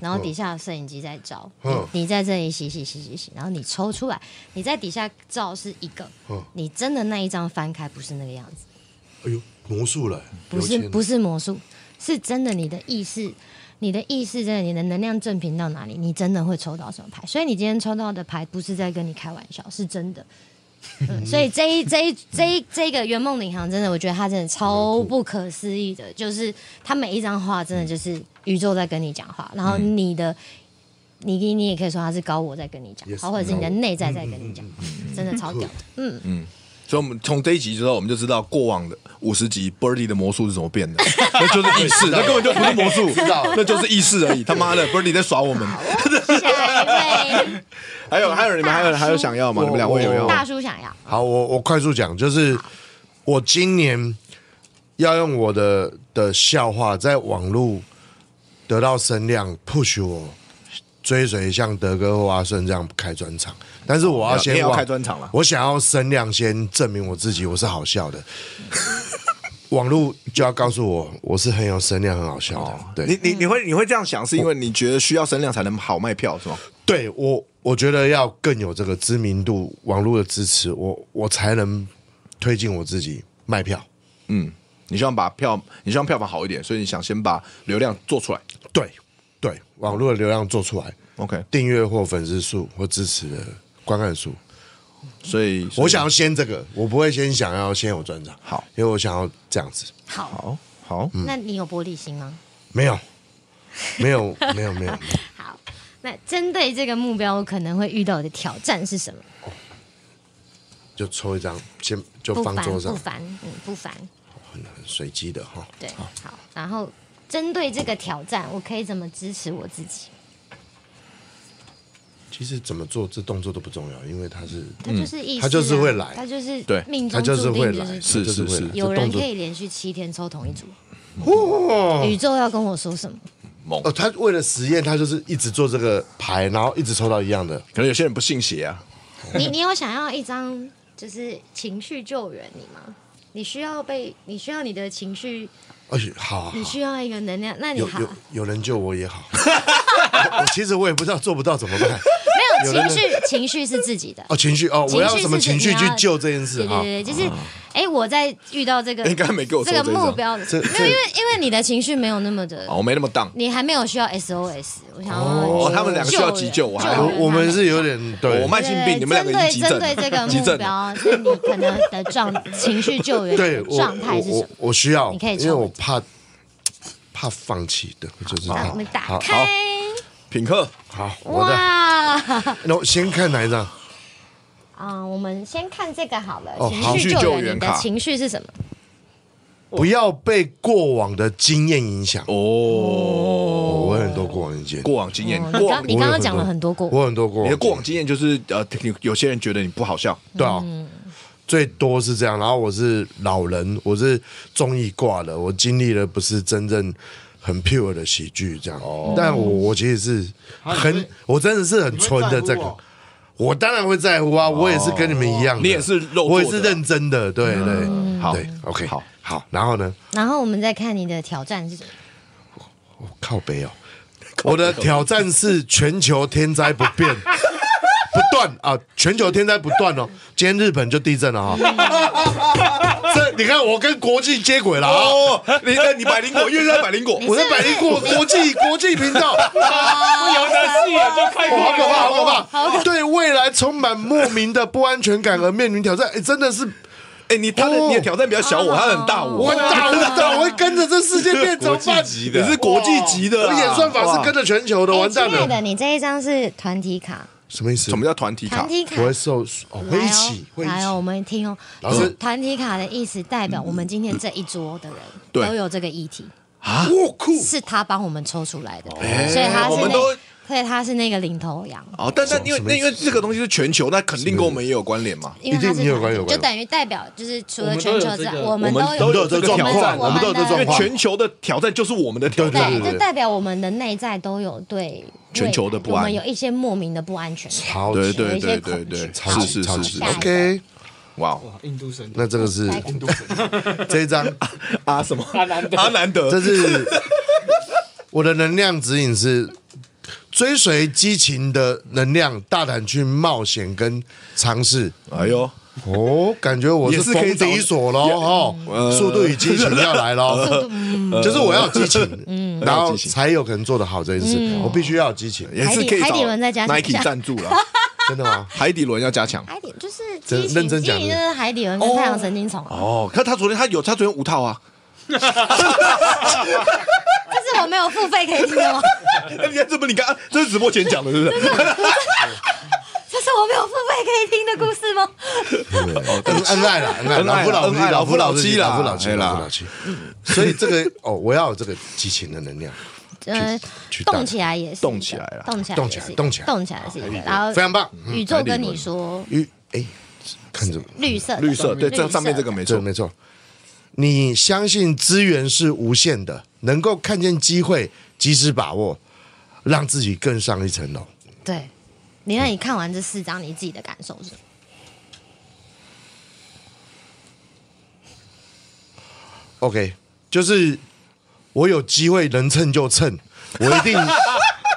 Speaker 3: 然后底下有摄影机在照，
Speaker 2: 嗯
Speaker 3: 你在这里洗洗洗洗洗，然后你抽出来，你在底下照是一个
Speaker 2: 嗯，
Speaker 3: 你真的那一张翻开不是那个样子，
Speaker 2: 哎呦，魔术了，
Speaker 3: 不
Speaker 2: 有
Speaker 3: 是
Speaker 2: 钱
Speaker 3: 不是魔术，是真的你的意识。你的意识真的，你的能量正频到哪里，你真的会抽到什么牌。所以你今天抽到的牌不是在跟你开玩笑，是真的。嗯，所以这一这一这一这一个圆梦领航，真的，我觉得它真的超不可思议的，就是它每一张画真的就是宇宙在跟你讲
Speaker 2: 嗯
Speaker 3: 话，然后你的。你你你也可以说它是高我在跟你讲
Speaker 2: Yes，嗯
Speaker 3: 话，或者是你的内在在跟你讲，真的超屌的。
Speaker 1: 所以，我们从这一集之后，我们就知道过往的五十集 Birdy 的魔术是怎么变的，那就是意 识，那根本就不是魔术，那就是意识而已。他妈的，Birdy 在耍我们。
Speaker 3: 下一
Speaker 2: 嗯
Speaker 3: 位
Speaker 1: 还有，还有，你们还有还有想要吗？你们两位有要吗？
Speaker 3: 大叔想要，
Speaker 2: 好，我我快速讲，就是我今年要用我的的笑话在网络得到声量，push 我追随像德哥或阿顺这样开专场，但是我要先
Speaker 1: 你也要
Speaker 2: 往
Speaker 1: 开专场了
Speaker 2: 我想要声量先证明我自己，我是好笑 的。网络就要告诉我，我是很有声量、很好笑
Speaker 1: 哦
Speaker 2: 的。对，
Speaker 1: 你你你会你会这样想，是因为你觉得需要声量才能好卖票，是吗？
Speaker 2: 对我，我觉得要更有这个知名度、网络的支持，我我才能推进我自己卖票。
Speaker 1: 嗯，你希望把票，你希望票房好一点，所以你想先把流量做出来。
Speaker 2: 对对，网络的流量做出来，
Speaker 1: OK，
Speaker 2: 订阅或粉丝数或支持的观看数，
Speaker 1: 所以
Speaker 2: 我想要先这个，我不会先想要先有专场，
Speaker 1: 好，
Speaker 2: 因为我想要这样子，
Speaker 3: 好，
Speaker 1: 好好，
Speaker 2: 嗯
Speaker 3: 那你有玻璃心吗？
Speaker 2: 没有，没有，没有，没有，
Speaker 3: 好，那针对这个目标，我可能会遇到的挑战是什么？
Speaker 2: 就抽一张，先就
Speaker 3: 不
Speaker 2: 放
Speaker 3: 凡，
Speaker 2: 桌
Speaker 3: 不
Speaker 2: 上，
Speaker 3: 凡，嗯，不凡，
Speaker 2: 很很随机的哈，
Speaker 3: 对，好。然后针对这个挑战，我可以怎么支持我自己？
Speaker 2: 其实怎么做这动作都不重要，因为它是
Speaker 3: 它就是意思啊，
Speaker 2: 嗯它就是会来
Speaker 3: 它就是
Speaker 1: 对
Speaker 3: 命
Speaker 2: 它
Speaker 3: 中
Speaker 2: 就是
Speaker 3: 注
Speaker 2: 会
Speaker 3: 定
Speaker 2: 来，
Speaker 3: 就是
Speaker 1: 是
Speaker 2: 它就是
Speaker 1: 是
Speaker 2: 会来
Speaker 1: 是
Speaker 3: 有
Speaker 2: 这
Speaker 3: 人
Speaker 2: 动作
Speaker 3: 可以连续七天抽同一组，宇宙要跟我说什么？
Speaker 1: 梦
Speaker 2: 哦，。他为了实验，他就是一直做这个牌，然后一直抽到一样的。
Speaker 1: 可能有些人不信邪啊，
Speaker 3: 你你有想要一张就是情绪救援你吗？你需要被你需要你的情绪，
Speaker 2: 哎，好啊，好
Speaker 3: 你需要一个能量，那你
Speaker 2: 有
Speaker 3: 好
Speaker 2: 有有人救我也好。 我我其实我也不知道做不到怎么办。
Speaker 3: 没有
Speaker 2: 有人
Speaker 3: 情绪，情绪是自己的。
Speaker 2: 哦，情绪哦，我要什么情绪
Speaker 3: 是
Speaker 2: 去
Speaker 3: 你要
Speaker 2: 救这件事
Speaker 3: 对
Speaker 2: 啊？
Speaker 3: 对对，对就是哎，我在遇到这个
Speaker 1: 你刚才没给我说
Speaker 3: 这个
Speaker 1: 这一张
Speaker 3: 目标的，没
Speaker 2: 这
Speaker 3: 有，因为因为你的情绪没有那么的
Speaker 1: 啊，我没那么荡。
Speaker 3: 你还没有需要 SOS，我想要
Speaker 1: 哦
Speaker 3: 救
Speaker 1: 他们两个需要急救
Speaker 3: 人
Speaker 1: 我还
Speaker 3: 人啊
Speaker 1: 好
Speaker 2: 我我们是有点对，
Speaker 1: 我慢性病，
Speaker 3: 对
Speaker 1: 你们两个已经急
Speaker 3: 针
Speaker 1: 诊
Speaker 3: 对针对这个
Speaker 1: 急
Speaker 3: 目
Speaker 1: 诊。
Speaker 3: 标，是你可能的状情绪救援
Speaker 2: 对
Speaker 3: 的
Speaker 2: 我
Speaker 3: 状态是
Speaker 2: 我
Speaker 3: 什
Speaker 2: 我
Speaker 3: 么？
Speaker 2: 我需要，
Speaker 3: 你可以
Speaker 2: 因为我
Speaker 3: 抽
Speaker 2: 怕怕放弃的，就是
Speaker 3: 那我
Speaker 2: 好
Speaker 3: 们打
Speaker 2: 好
Speaker 3: 开，
Speaker 1: 品客，
Speaker 2: 好，我的，
Speaker 3: 哇，
Speaker 2: 那我先看哪一张？
Speaker 3: 嗯，我们先看这个好了，
Speaker 2: 哦好
Speaker 1: 情
Speaker 3: 情绪
Speaker 1: 绪救
Speaker 3: 救
Speaker 1: 援
Speaker 3: 援，你的
Speaker 1: 卡
Speaker 3: 情绪是什么？
Speaker 2: 不要被过往的经验影响。
Speaker 1: 哦，
Speaker 2: 我有很多过往的经验，
Speaker 1: 过往经验，
Speaker 3: 哦
Speaker 1: 过
Speaker 3: 你
Speaker 1: 往
Speaker 3: 刚
Speaker 1: 你
Speaker 3: 你刚刚讲了很多过
Speaker 2: 我有很多过往
Speaker 1: 你
Speaker 2: 的
Speaker 1: 的过往经验就是呃，你有些人觉得你不好笑，
Speaker 2: 对啊，最多是这样。然后我是老人，我是综艺挂的，我经历了不是真正很 pure 的喜剧这样。但我我其实是很，我真的是很纯的这个。我当然会在乎啊，我也是跟你们一样的，
Speaker 1: 你也是肉做的啊
Speaker 2: 我也是认真的，对对，
Speaker 1: 好
Speaker 2: 对，OK，
Speaker 1: 好，
Speaker 2: 好。然后呢，
Speaker 3: 然后我们再看你的挑战是什么？
Speaker 2: 靠北哦，我的挑战是全球天灾不变。不断啊！全球天灾不断哦，今天日本就地震了哈、这你看，我跟国际接轨了啊！
Speaker 1: 哦，你那你百灵果，因为在百灵果，
Speaker 3: 你
Speaker 2: 我在百灵果国际国际频道，啊
Speaker 4: 有的戏啊，就快
Speaker 2: 好可怕，好可怕！
Speaker 3: 好可怕
Speaker 2: 对未来充满莫名的不安全感而面临挑战，哎，真的是
Speaker 1: 哎，你他的
Speaker 2: 哦
Speaker 1: 你的挑战比较小我，他很大我
Speaker 2: 我，打我打，我会跟着这世界变，怎么办？
Speaker 4: 级
Speaker 1: 你是国际级的
Speaker 2: 我
Speaker 1: 啊，
Speaker 2: 演算法是跟着全球的，
Speaker 3: 哎
Speaker 2: 完蛋
Speaker 3: 亲爱
Speaker 2: 了！
Speaker 3: 的，你这一张是团体卡，
Speaker 2: 什么意思？
Speaker 1: 什么叫团体卡
Speaker 3: 团？体卡
Speaker 2: 我会受哦，会一起，会一
Speaker 3: 来
Speaker 2: 起
Speaker 3: 哦，。我们听哦。
Speaker 2: 老师
Speaker 3: 团体卡的意思代表我们今天这一桌的人
Speaker 1: 对
Speaker 3: 都有这个议题，
Speaker 1: 我酷
Speaker 3: 是他帮我们抽出来
Speaker 2: 哦
Speaker 3: 的，所以他
Speaker 1: 我
Speaker 3: 是
Speaker 1: 们都
Speaker 3: 那，所以他是那个领头羊，
Speaker 1: 哦，但但因为那因为这个东西是全球，那肯定跟我们也有关联嘛。
Speaker 3: 因为他
Speaker 2: 一定
Speaker 3: 是
Speaker 2: 你有关
Speaker 3: 团
Speaker 2: 有
Speaker 3: 体，
Speaker 2: 关
Speaker 3: 就等于代表就是除
Speaker 5: 我
Speaker 3: 了
Speaker 5: 们
Speaker 3: 全
Speaker 5: 都
Speaker 3: 球之
Speaker 5: 有这
Speaker 3: 外，
Speaker 5: 个
Speaker 3: 我们
Speaker 1: 我们都有这个
Speaker 3: 我
Speaker 1: 挑
Speaker 3: 们
Speaker 1: 战
Speaker 2: 我们都有这
Speaker 3: 的
Speaker 2: 状
Speaker 1: 因为
Speaker 2: 况
Speaker 1: 全球的挑战就是我们的挑战
Speaker 2: 对对
Speaker 3: 对，就代表我们的内在都有对
Speaker 1: 全球的不安
Speaker 3: 我们有一些莫名的不安全感。
Speaker 2: 好，
Speaker 1: 对
Speaker 3: 有
Speaker 1: 对
Speaker 3: 一些
Speaker 1: 对对
Speaker 3: 恐惧
Speaker 1: 对，
Speaker 2: 超
Speaker 1: 是
Speaker 2: 级
Speaker 1: 是
Speaker 2: 超
Speaker 1: 是
Speaker 2: 级
Speaker 1: 是
Speaker 3: 下，一个
Speaker 2: OK。
Speaker 1: 哇哦，
Speaker 5: 哇，印度神
Speaker 2: 那这个是
Speaker 3: 来看
Speaker 2: 这一张，
Speaker 1: 啊什么阿南德，
Speaker 2: 这是我的能量指引是追随激情的能量，大胆去冒险跟尝试。
Speaker 1: 哎呦，
Speaker 2: 哦，感觉我
Speaker 1: 也
Speaker 2: 是
Speaker 1: 是可以
Speaker 2: 封
Speaker 1: 找
Speaker 2: 底锁喽，哦，
Speaker 1: 呃
Speaker 2: 速度与激情要来 喽，
Speaker 1: 嗯
Speaker 2: 就是我要有激情，然
Speaker 1: 要有
Speaker 2: 后
Speaker 1: 激情
Speaker 2: 才有可能做得好这件
Speaker 1: 嗯
Speaker 2: 事。我必须要有激情，
Speaker 1: 也是可以
Speaker 3: 海底海底
Speaker 1: 找
Speaker 3: 轮再加强一下
Speaker 1: Nike 赞助 了，
Speaker 2: 真的吗？
Speaker 1: 海底轮要加强。
Speaker 3: 海底就是
Speaker 2: 真
Speaker 3: 激情，
Speaker 2: 认真
Speaker 3: 激
Speaker 2: 讲
Speaker 3: 情
Speaker 2: 的
Speaker 3: 就是海底轮跟太阳神经丛啊，
Speaker 1: 哦，可他昨天他有，他昨天五套啊，
Speaker 3: 这是我没有付费可以听 的吗？
Speaker 1: 你看这不你刚刚这是直播前讲的，是不 是？
Speaker 3: 这是我没有付费可以听的故事吗？
Speaker 2: 恩恩爱啦，恩爱，
Speaker 1: 哦恩爱啦
Speaker 2: 老夫老
Speaker 1: 恩
Speaker 2: 妻，
Speaker 1: 爱啦
Speaker 2: 老
Speaker 1: 老夫
Speaker 2: 夫老妻老夫
Speaker 1: 老
Speaker 2: 老
Speaker 1: 妻
Speaker 2: 妻，
Speaker 1: 啦
Speaker 2: 老夫老妻。所以这个哦，我要有这个激情的能量，
Speaker 3: 呃
Speaker 2: 去，大
Speaker 3: 动起来也是一个
Speaker 1: 动起来了
Speaker 3: 动起来，
Speaker 2: 动起来动起来
Speaker 3: 动起来是一个。然后
Speaker 2: 非常嗯棒。
Speaker 1: 嗯
Speaker 3: 宇宙跟你说，
Speaker 2: 咦，哎，看这个，
Speaker 3: 绿色的
Speaker 1: 绿色，对，这
Speaker 3: 绿色
Speaker 1: 上面这个没
Speaker 2: 这
Speaker 1: 错
Speaker 2: 个，没错。你相信资源是无限的，能够看见机会，及时把握，让自己更上一层楼。
Speaker 3: 对。你那你看完这四张，你自己的感受是什么？
Speaker 2: OK，就是我有机会能蹭就蹭，我一 定，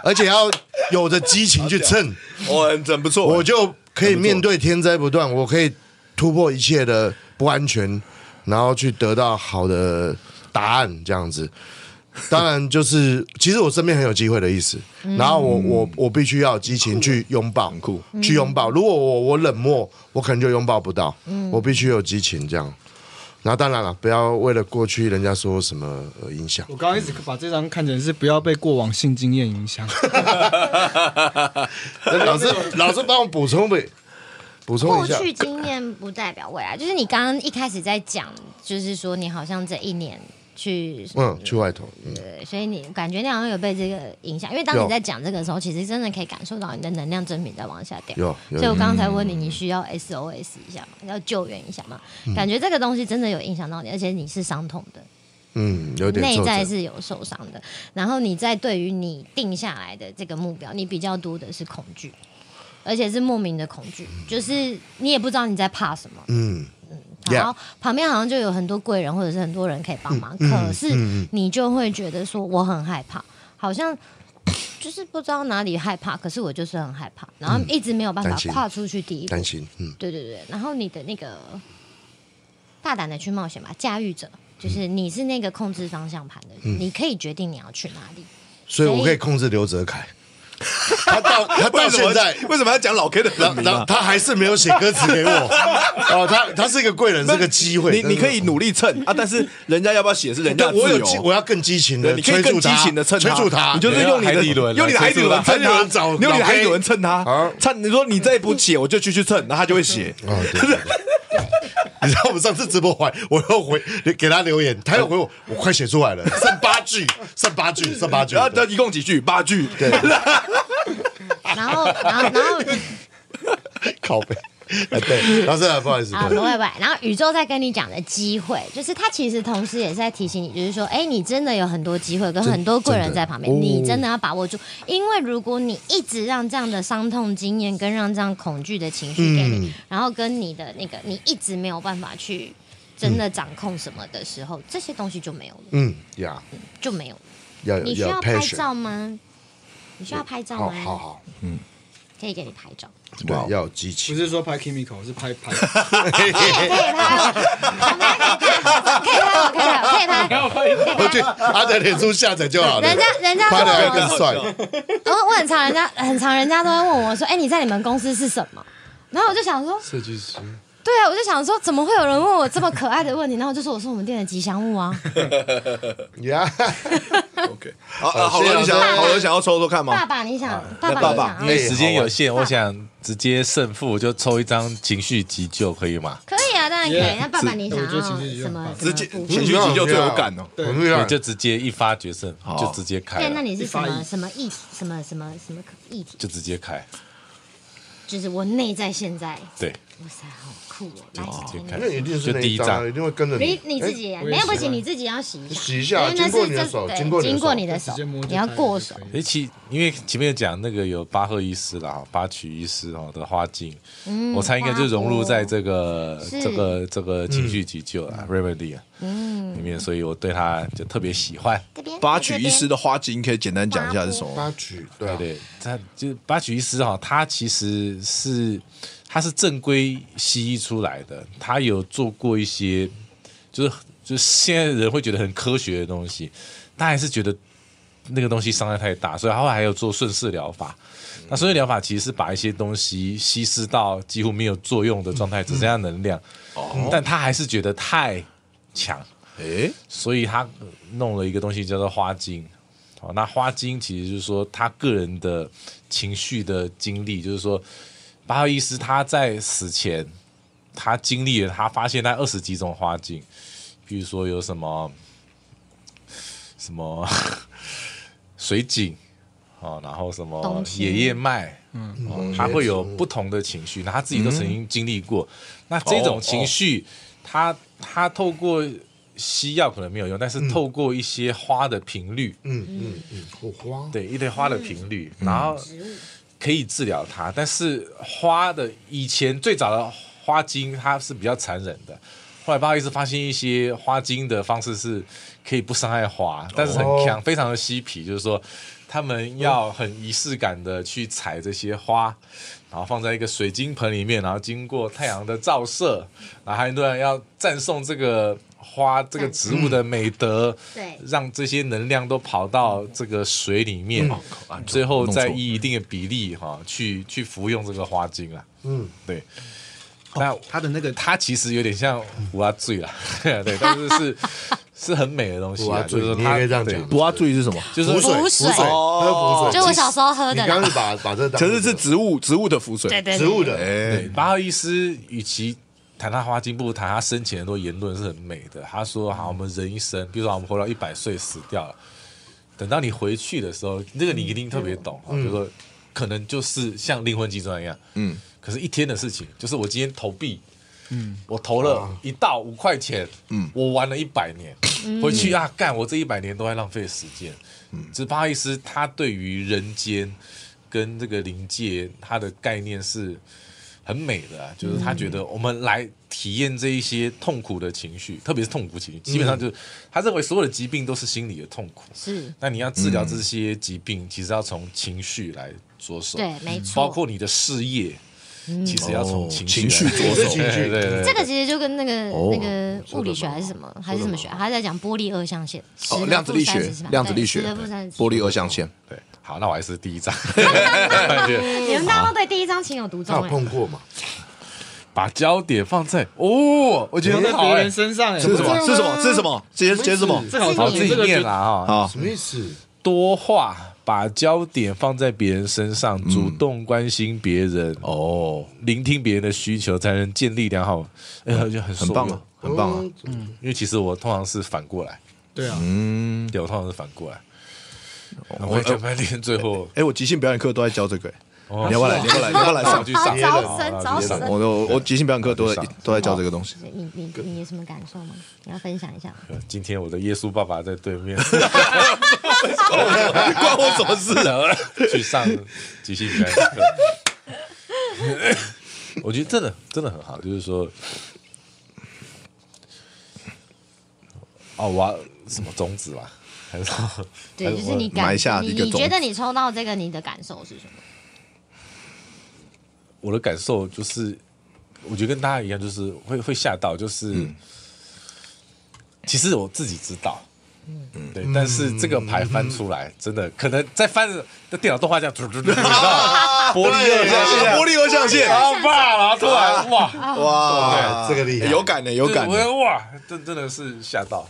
Speaker 2: 而且要有着激情去蹭，
Speaker 1: 哦，真不错，
Speaker 2: 我就可以面对天灾不断，我可以突破一切的不安全，然后去得到好的答案，这样子。当然，就是 其实我身边很有机会的意思。然后我我我必须要有激情去拥抱，
Speaker 1: 嗯酷
Speaker 2: 去拥抱。如果我我冷漠，我可能就拥抱不到。
Speaker 1: 嗯
Speaker 2: 我必须有激情这样。然后当然了，不要为了过去人家说什么而 影响。
Speaker 5: 我刚刚一直把这张看成是不要被过往性经验影响。
Speaker 2: 老师老师帮我补充呗，补充
Speaker 3: 过
Speaker 2: 一下。
Speaker 3: 去经验不代表未来，就是你刚刚一开始在讲，就是说你好像这一年去，
Speaker 2: 嗯，去外头。嗯
Speaker 3: 对，所以你感觉你好像有被这个影响，因为当
Speaker 2: 有
Speaker 3: 你在讲这个的时候，其实真的可以感受到你的能量真品在往下掉。
Speaker 2: 有有嗯
Speaker 3: 所以我刚才问你，你需要 SOS 一下吗？要救援一下吗？感觉这个东西真的有影响到你，而且你是伤痛的，
Speaker 2: 嗯，有点
Speaker 3: 内
Speaker 2: 皱
Speaker 3: 在
Speaker 2: 褶。
Speaker 3: 是有受伤的。然后你在对于你定下来的这个目标，你比较多的是恐惧，而且是莫名的恐惧，就是你也不知道你在怕什么。
Speaker 2: 嗯，
Speaker 3: 然后旁边好像就有很多贵人或者是很多人可以帮忙，
Speaker 2: 嗯
Speaker 3: 可是你就会觉得说我很害怕，好像就是不知道哪里害怕，可是我就是很害怕，然后一直没有办法
Speaker 2: 嗯担心
Speaker 3: 跨出去第一步
Speaker 2: 担。心。嗯，
Speaker 3: 对对对，然后你的那个大胆的去冒险吧，驾驭者就是你是那个控制方向盘的人，你可以决定你要去哪里。
Speaker 2: 所以我可以控制刘哲凯。他到他到现在，
Speaker 1: 为什么要讲老 K 的
Speaker 2: 然
Speaker 1: 人
Speaker 2: 后
Speaker 1: 名
Speaker 2: 然后
Speaker 1: 啊？
Speaker 2: 他还是没有写歌 词给我。哦，他他是一个贵人，是个机会。
Speaker 1: 你
Speaker 2: 但是
Speaker 1: 你可以努力蹭啊，但是人家要不要写是人家
Speaker 2: 但
Speaker 1: 的
Speaker 2: 我
Speaker 1: 自
Speaker 2: 有
Speaker 1: 由
Speaker 2: 激，我要更激情的，
Speaker 1: 对你可以更
Speaker 2: 催促他
Speaker 1: 激情的蹭
Speaker 2: 催
Speaker 1: 他，
Speaker 2: 促他，
Speaker 1: 你就是用你
Speaker 4: 海
Speaker 1: 的
Speaker 4: 底轮啊
Speaker 1: 用你的海底轮蹭
Speaker 2: 海底
Speaker 1: 他，
Speaker 2: 轮找
Speaker 1: 你用你的
Speaker 2: 老
Speaker 1: 海底
Speaker 2: K
Speaker 1: 轮蹭他
Speaker 2: 啊，
Speaker 1: 蹭你说你再不写，我就去去蹭，然后他就会写。
Speaker 2: 啊，对对对你知道我们上次直播完，我又回给他留言，他又回我，我快写出来了， 剩八句，剩八 句，剩八句
Speaker 1: 然。后
Speaker 2: 对
Speaker 1: 一共几句？八句。
Speaker 3: 然后，然后，然后
Speaker 2: 靠背， 哎对，老师啊，不好意 思，
Speaker 3: 啊，
Speaker 2: 对
Speaker 3: 不会不会。然后宇宙在跟你讲的机会，就是它其实同时也是在提醒你，就是说，哎，你真的有很多机会跟很多贵人在旁边，你真的哦要把握住。因为如果你一直让这样的伤痛经验跟让这样恐惧的情绪给你，然后跟你的那个你一直没有办法去真的掌控什么的时候，这些东西就没有了，
Speaker 2: 嗯呀，
Speaker 3: 就没有了。
Speaker 2: 要
Speaker 3: 你需要
Speaker 2: 呃要
Speaker 3: 拍
Speaker 2: passion，
Speaker 3: 照吗？你需要拍照
Speaker 2: 好
Speaker 3: 吗？
Speaker 2: 好好，
Speaker 3: 可以给你拍照。
Speaker 2: 对，要有激情
Speaker 5: 不。是说拍 Kimiko，是拍拍。
Speaker 3: 可以拍，可以拍，可以拍，可以拍，可以
Speaker 2: 我
Speaker 3: 拍。
Speaker 2: 去阿德脸书下载就好了，
Speaker 3: 人家人家
Speaker 2: 拍的还
Speaker 3: 问
Speaker 2: 更
Speaker 3: 我，
Speaker 2: 帅，
Speaker 3: 然后我很常人家很常人家都会问我说：“哎，你在你们公司是什么？”然后我就想说，
Speaker 5: 设计师，
Speaker 3: 对啊，我就想说，怎么会有人问我这么可爱的问题？然后我就说我是我们店的吉祥物啊。
Speaker 2: 呀，
Speaker 1: OK，好，啊好
Speaker 2: 谢谢
Speaker 1: 了，
Speaker 2: 老
Speaker 1: 你
Speaker 2: 师
Speaker 1: 想好了想要抽抽看
Speaker 3: 爸
Speaker 1: 吗？
Speaker 3: 爸，你想，爸
Speaker 1: 那
Speaker 3: 爸，你
Speaker 1: 爸爸
Speaker 3: 想要，
Speaker 4: 因为时间有限，我想直接胜负就抽一张情绪急救，可以吗？
Speaker 3: 可以啊，当然可以。那爸爸，你想
Speaker 5: 我觉
Speaker 3: 要
Speaker 5: 得情绪一样
Speaker 3: 什么？
Speaker 1: 直接
Speaker 3: 什么部
Speaker 1: 情绪急救最有感哦。
Speaker 2: 我们要
Speaker 4: 对，就直接一发决胜，就直接开
Speaker 3: 对，那
Speaker 4: 了，
Speaker 3: 你是什
Speaker 5: 一发
Speaker 3: 么
Speaker 5: 一
Speaker 3: 什么议什么什么什么议题？
Speaker 4: 就直接开，
Speaker 3: 就是我内在现在，
Speaker 4: 对，
Speaker 3: 哇塞，好酷哦！来，
Speaker 4: 直接
Speaker 3: 请
Speaker 4: 开，
Speaker 2: 那一定是
Speaker 4: 就
Speaker 2: 那
Speaker 4: 第
Speaker 2: 一
Speaker 4: 一
Speaker 2: 张啊，
Speaker 4: 张
Speaker 2: 一。定会跟着
Speaker 3: 你
Speaker 2: 你。
Speaker 3: 你自己
Speaker 5: 我
Speaker 3: 没
Speaker 5: 也
Speaker 3: 有不
Speaker 5: 喜
Speaker 3: 行，
Speaker 5: 欢
Speaker 3: 你自己要洗一下，
Speaker 2: 洗一下
Speaker 3: 因为那
Speaker 2: 经过
Speaker 3: 是
Speaker 2: 你的
Speaker 3: 这
Speaker 2: 手
Speaker 3: 对
Speaker 2: 经过你的
Speaker 3: 经过
Speaker 2: 手
Speaker 3: 你的
Speaker 5: 直
Speaker 3: 手
Speaker 5: 接摸，就
Speaker 3: 你要
Speaker 5: 可以
Speaker 3: 过
Speaker 5: 就
Speaker 3: 手
Speaker 5: 可以，
Speaker 4: 诶，其因为前面有讲那个有巴赫医师啦，八曲医师哦的花镜，
Speaker 3: 嗯
Speaker 4: 我猜应该就融入在这个
Speaker 3: 是
Speaker 4: 这个这个情绪急救啊 remedy 啊
Speaker 3: 嗯
Speaker 4: 里面，所以我对他就特别喜欢。
Speaker 3: 这边
Speaker 1: 八曲医师，的花精可以简单讲一下是什么吗？
Speaker 2: 八曲，对啊，
Speaker 4: 对，他就巴曲医师哈，他其实是他是正规西医出来的，他有做过一些，就是就是现在人会觉得很科学的东西，他还是觉得那个东西伤害太大，所以他后来还有做顺势疗法。那顺势疗法其实是把一些东西稀释到几乎没有作用的状态，只剩下能量，但他还是觉得太强。
Speaker 1: 诶，
Speaker 4: 所以他呃弄了一个东西叫做花精。好，哦那花精其实就是说他个人的情绪的经历，就是说巴赫医师他在死前，他经历了他发现那二十几种花精，比如说有什么什么 水井。哦，然后什么
Speaker 3: 冬青
Speaker 4: 野燕麦，嗯，哦、他会有不同的情绪，那他自己都曾经经历过。
Speaker 2: 嗯
Speaker 4: 那这种情
Speaker 2: 哦
Speaker 4: 绪，他他透过西药可能没有用，但是透过一些花的频率，
Speaker 2: 嗯嗯嗯，火花，嗯
Speaker 4: 对一堆花的频率，然后可以治疗它。但是花的以前最早的花精它是比较残忍的，后来不好意思发现一些花精的方式是可以不伤害花，但是很强，非常的嬉皮，就是说他们要很仪式感的去采这些花。然后放在一个水晶盆里面，然后经过太阳的照射，然后还有很多人要赞颂这个花、这个植物的美德，
Speaker 3: 对
Speaker 4: 让这些能量都跑到这个水里面，
Speaker 2: 嗯哦啊
Speaker 4: 最后再依一定的比例哈、去去服用这个花精啦。嗯，对。
Speaker 2: 哦
Speaker 4: 那
Speaker 5: 他的那个
Speaker 4: 它其实有点像胡阿醉啦， 对，但是是 是很美的东西
Speaker 2: 胡
Speaker 4: 啊，
Speaker 2: 阿
Speaker 4: 就是
Speaker 2: 醉
Speaker 4: 说
Speaker 2: 你也
Speaker 4: 它
Speaker 2: 可以这样
Speaker 4: 对
Speaker 2: 讲
Speaker 1: 不要注意是什么？
Speaker 4: 就是
Speaker 2: 浮
Speaker 4: 说
Speaker 2: 水，
Speaker 3: 浮
Speaker 2: 浮
Speaker 3: 水
Speaker 2: 水，喝浮水。
Speaker 3: 就我小时候喝的
Speaker 2: 你刚刚
Speaker 3: 啦，
Speaker 2: 哦是把把这当
Speaker 1: 可是是植物植物的浮水。
Speaker 3: 对对
Speaker 2: 植
Speaker 3: 对，
Speaker 2: 物的，
Speaker 4: 对，
Speaker 1: 诶，
Speaker 4: 巴赫医师与其谈他花精，不如谈他生前很多言论是很美的。他说：“好，我们人一生，比如说我们活到一百岁死掉了，等到你回去的时候，那个你一定特别懂，啊，就是说可能就是像灵魂急转一样，嗯，可是一天的事情，就是我今天投币，嗯，我投了一到五块钱，嗯，我玩了一百年，回去啊，干我这一百年都在浪费时间。嗯，只不好意思，他对于人间跟这个灵界，他的概念是很美的、啊，就是他觉得我们来体验这一些痛苦的情绪，特别是痛苦情绪，基本上就是他认为所有的疾病都是心理的痛苦。
Speaker 3: 是
Speaker 4: 那你要治
Speaker 1: 嗯
Speaker 4: 疗这些疾病，其实要从情绪来着手，
Speaker 3: 对没错
Speaker 4: 包括你的事业，其实要从情绪
Speaker 1: 哦情绪着手
Speaker 4: 对对对对
Speaker 3: 这个其实就跟那个、
Speaker 1: 哦
Speaker 3: 那个物理学还是什么还是什么学，他在讲波粒二象限，
Speaker 1: 哦
Speaker 3: 10，
Speaker 1: 量子力
Speaker 3: 的负
Speaker 1: 学
Speaker 3: 30是吧，
Speaker 1: 量子力学
Speaker 3: 对10的负30，
Speaker 1: 玻璃二象限，
Speaker 4: 对，好，那我还是第一张，
Speaker 3: 哎你们大家都对第一张情有独
Speaker 2: 他
Speaker 3: 钟
Speaker 2: 有
Speaker 3: 哎、
Speaker 2: 碰过吗？
Speaker 4: 把焦点放在哦，我觉得
Speaker 5: 留在
Speaker 4: 很好
Speaker 5: 别
Speaker 4: 哎
Speaker 5: 人，身上哎，
Speaker 1: 这是什么？这是什么？这是什么？这些这是什么？
Speaker 5: 这好
Speaker 4: 好
Speaker 5: 像
Speaker 4: 自己念啦啊，
Speaker 1: 啊，
Speaker 2: 什么意思？
Speaker 4: 多话，把焦点放在别人身上，主动关心别人，
Speaker 1: 嗯
Speaker 4: 哦，聆听别人的需求，才能建立良好，呃，就很
Speaker 1: 很棒啊
Speaker 4: 了。，
Speaker 1: 很棒啊！
Speaker 2: 嗯，
Speaker 4: 因为其实我通常是反过来，
Speaker 5: 对啊，
Speaker 1: 嗯，
Speaker 4: 对，我通常是反过来。我会讲半天，最后
Speaker 1: 哎，我即兴表演课都在教这个，哎
Speaker 4: 哦
Speaker 1: 你要不要来？你要不要来？你要不要来
Speaker 4: 上
Speaker 1: 上？
Speaker 4: 去
Speaker 3: 好
Speaker 4: 上
Speaker 3: 招生招生，
Speaker 1: 我我我即兴表演课都在都在教这个东西。
Speaker 3: 你你你有什么感受吗？你要分享一下吗。
Speaker 4: 呃今天我的耶稣爸爸在对 面，
Speaker 1: 关我什么事啊？
Speaker 4: 去上即兴表演课。 我觉得真的真的很好，就是说，哦，我要什么种子吧，还是什么
Speaker 3: 对，就是你
Speaker 1: 埋
Speaker 3: 感
Speaker 1: 下
Speaker 3: 你
Speaker 1: 一个
Speaker 3: 你
Speaker 1: 种
Speaker 3: 觉得你抽到这个，你的感受是什么？
Speaker 4: 我的感受就是，我觉得跟大家一样，就是会会吓到，就是、其实我自己知道。对，但是这个牌翻出来，真的可能在翻的电脑动画这样，嘟嘟嘟，你知道吗玻璃二下
Speaker 1: 玻璃二象限，
Speaker 4: 然后爸，然后啊突然哇，
Speaker 1: 哇，
Speaker 2: 对这个厉害
Speaker 1: 有感的，有感
Speaker 4: 对
Speaker 1: 的。
Speaker 4: 我哇，真真的是吓到。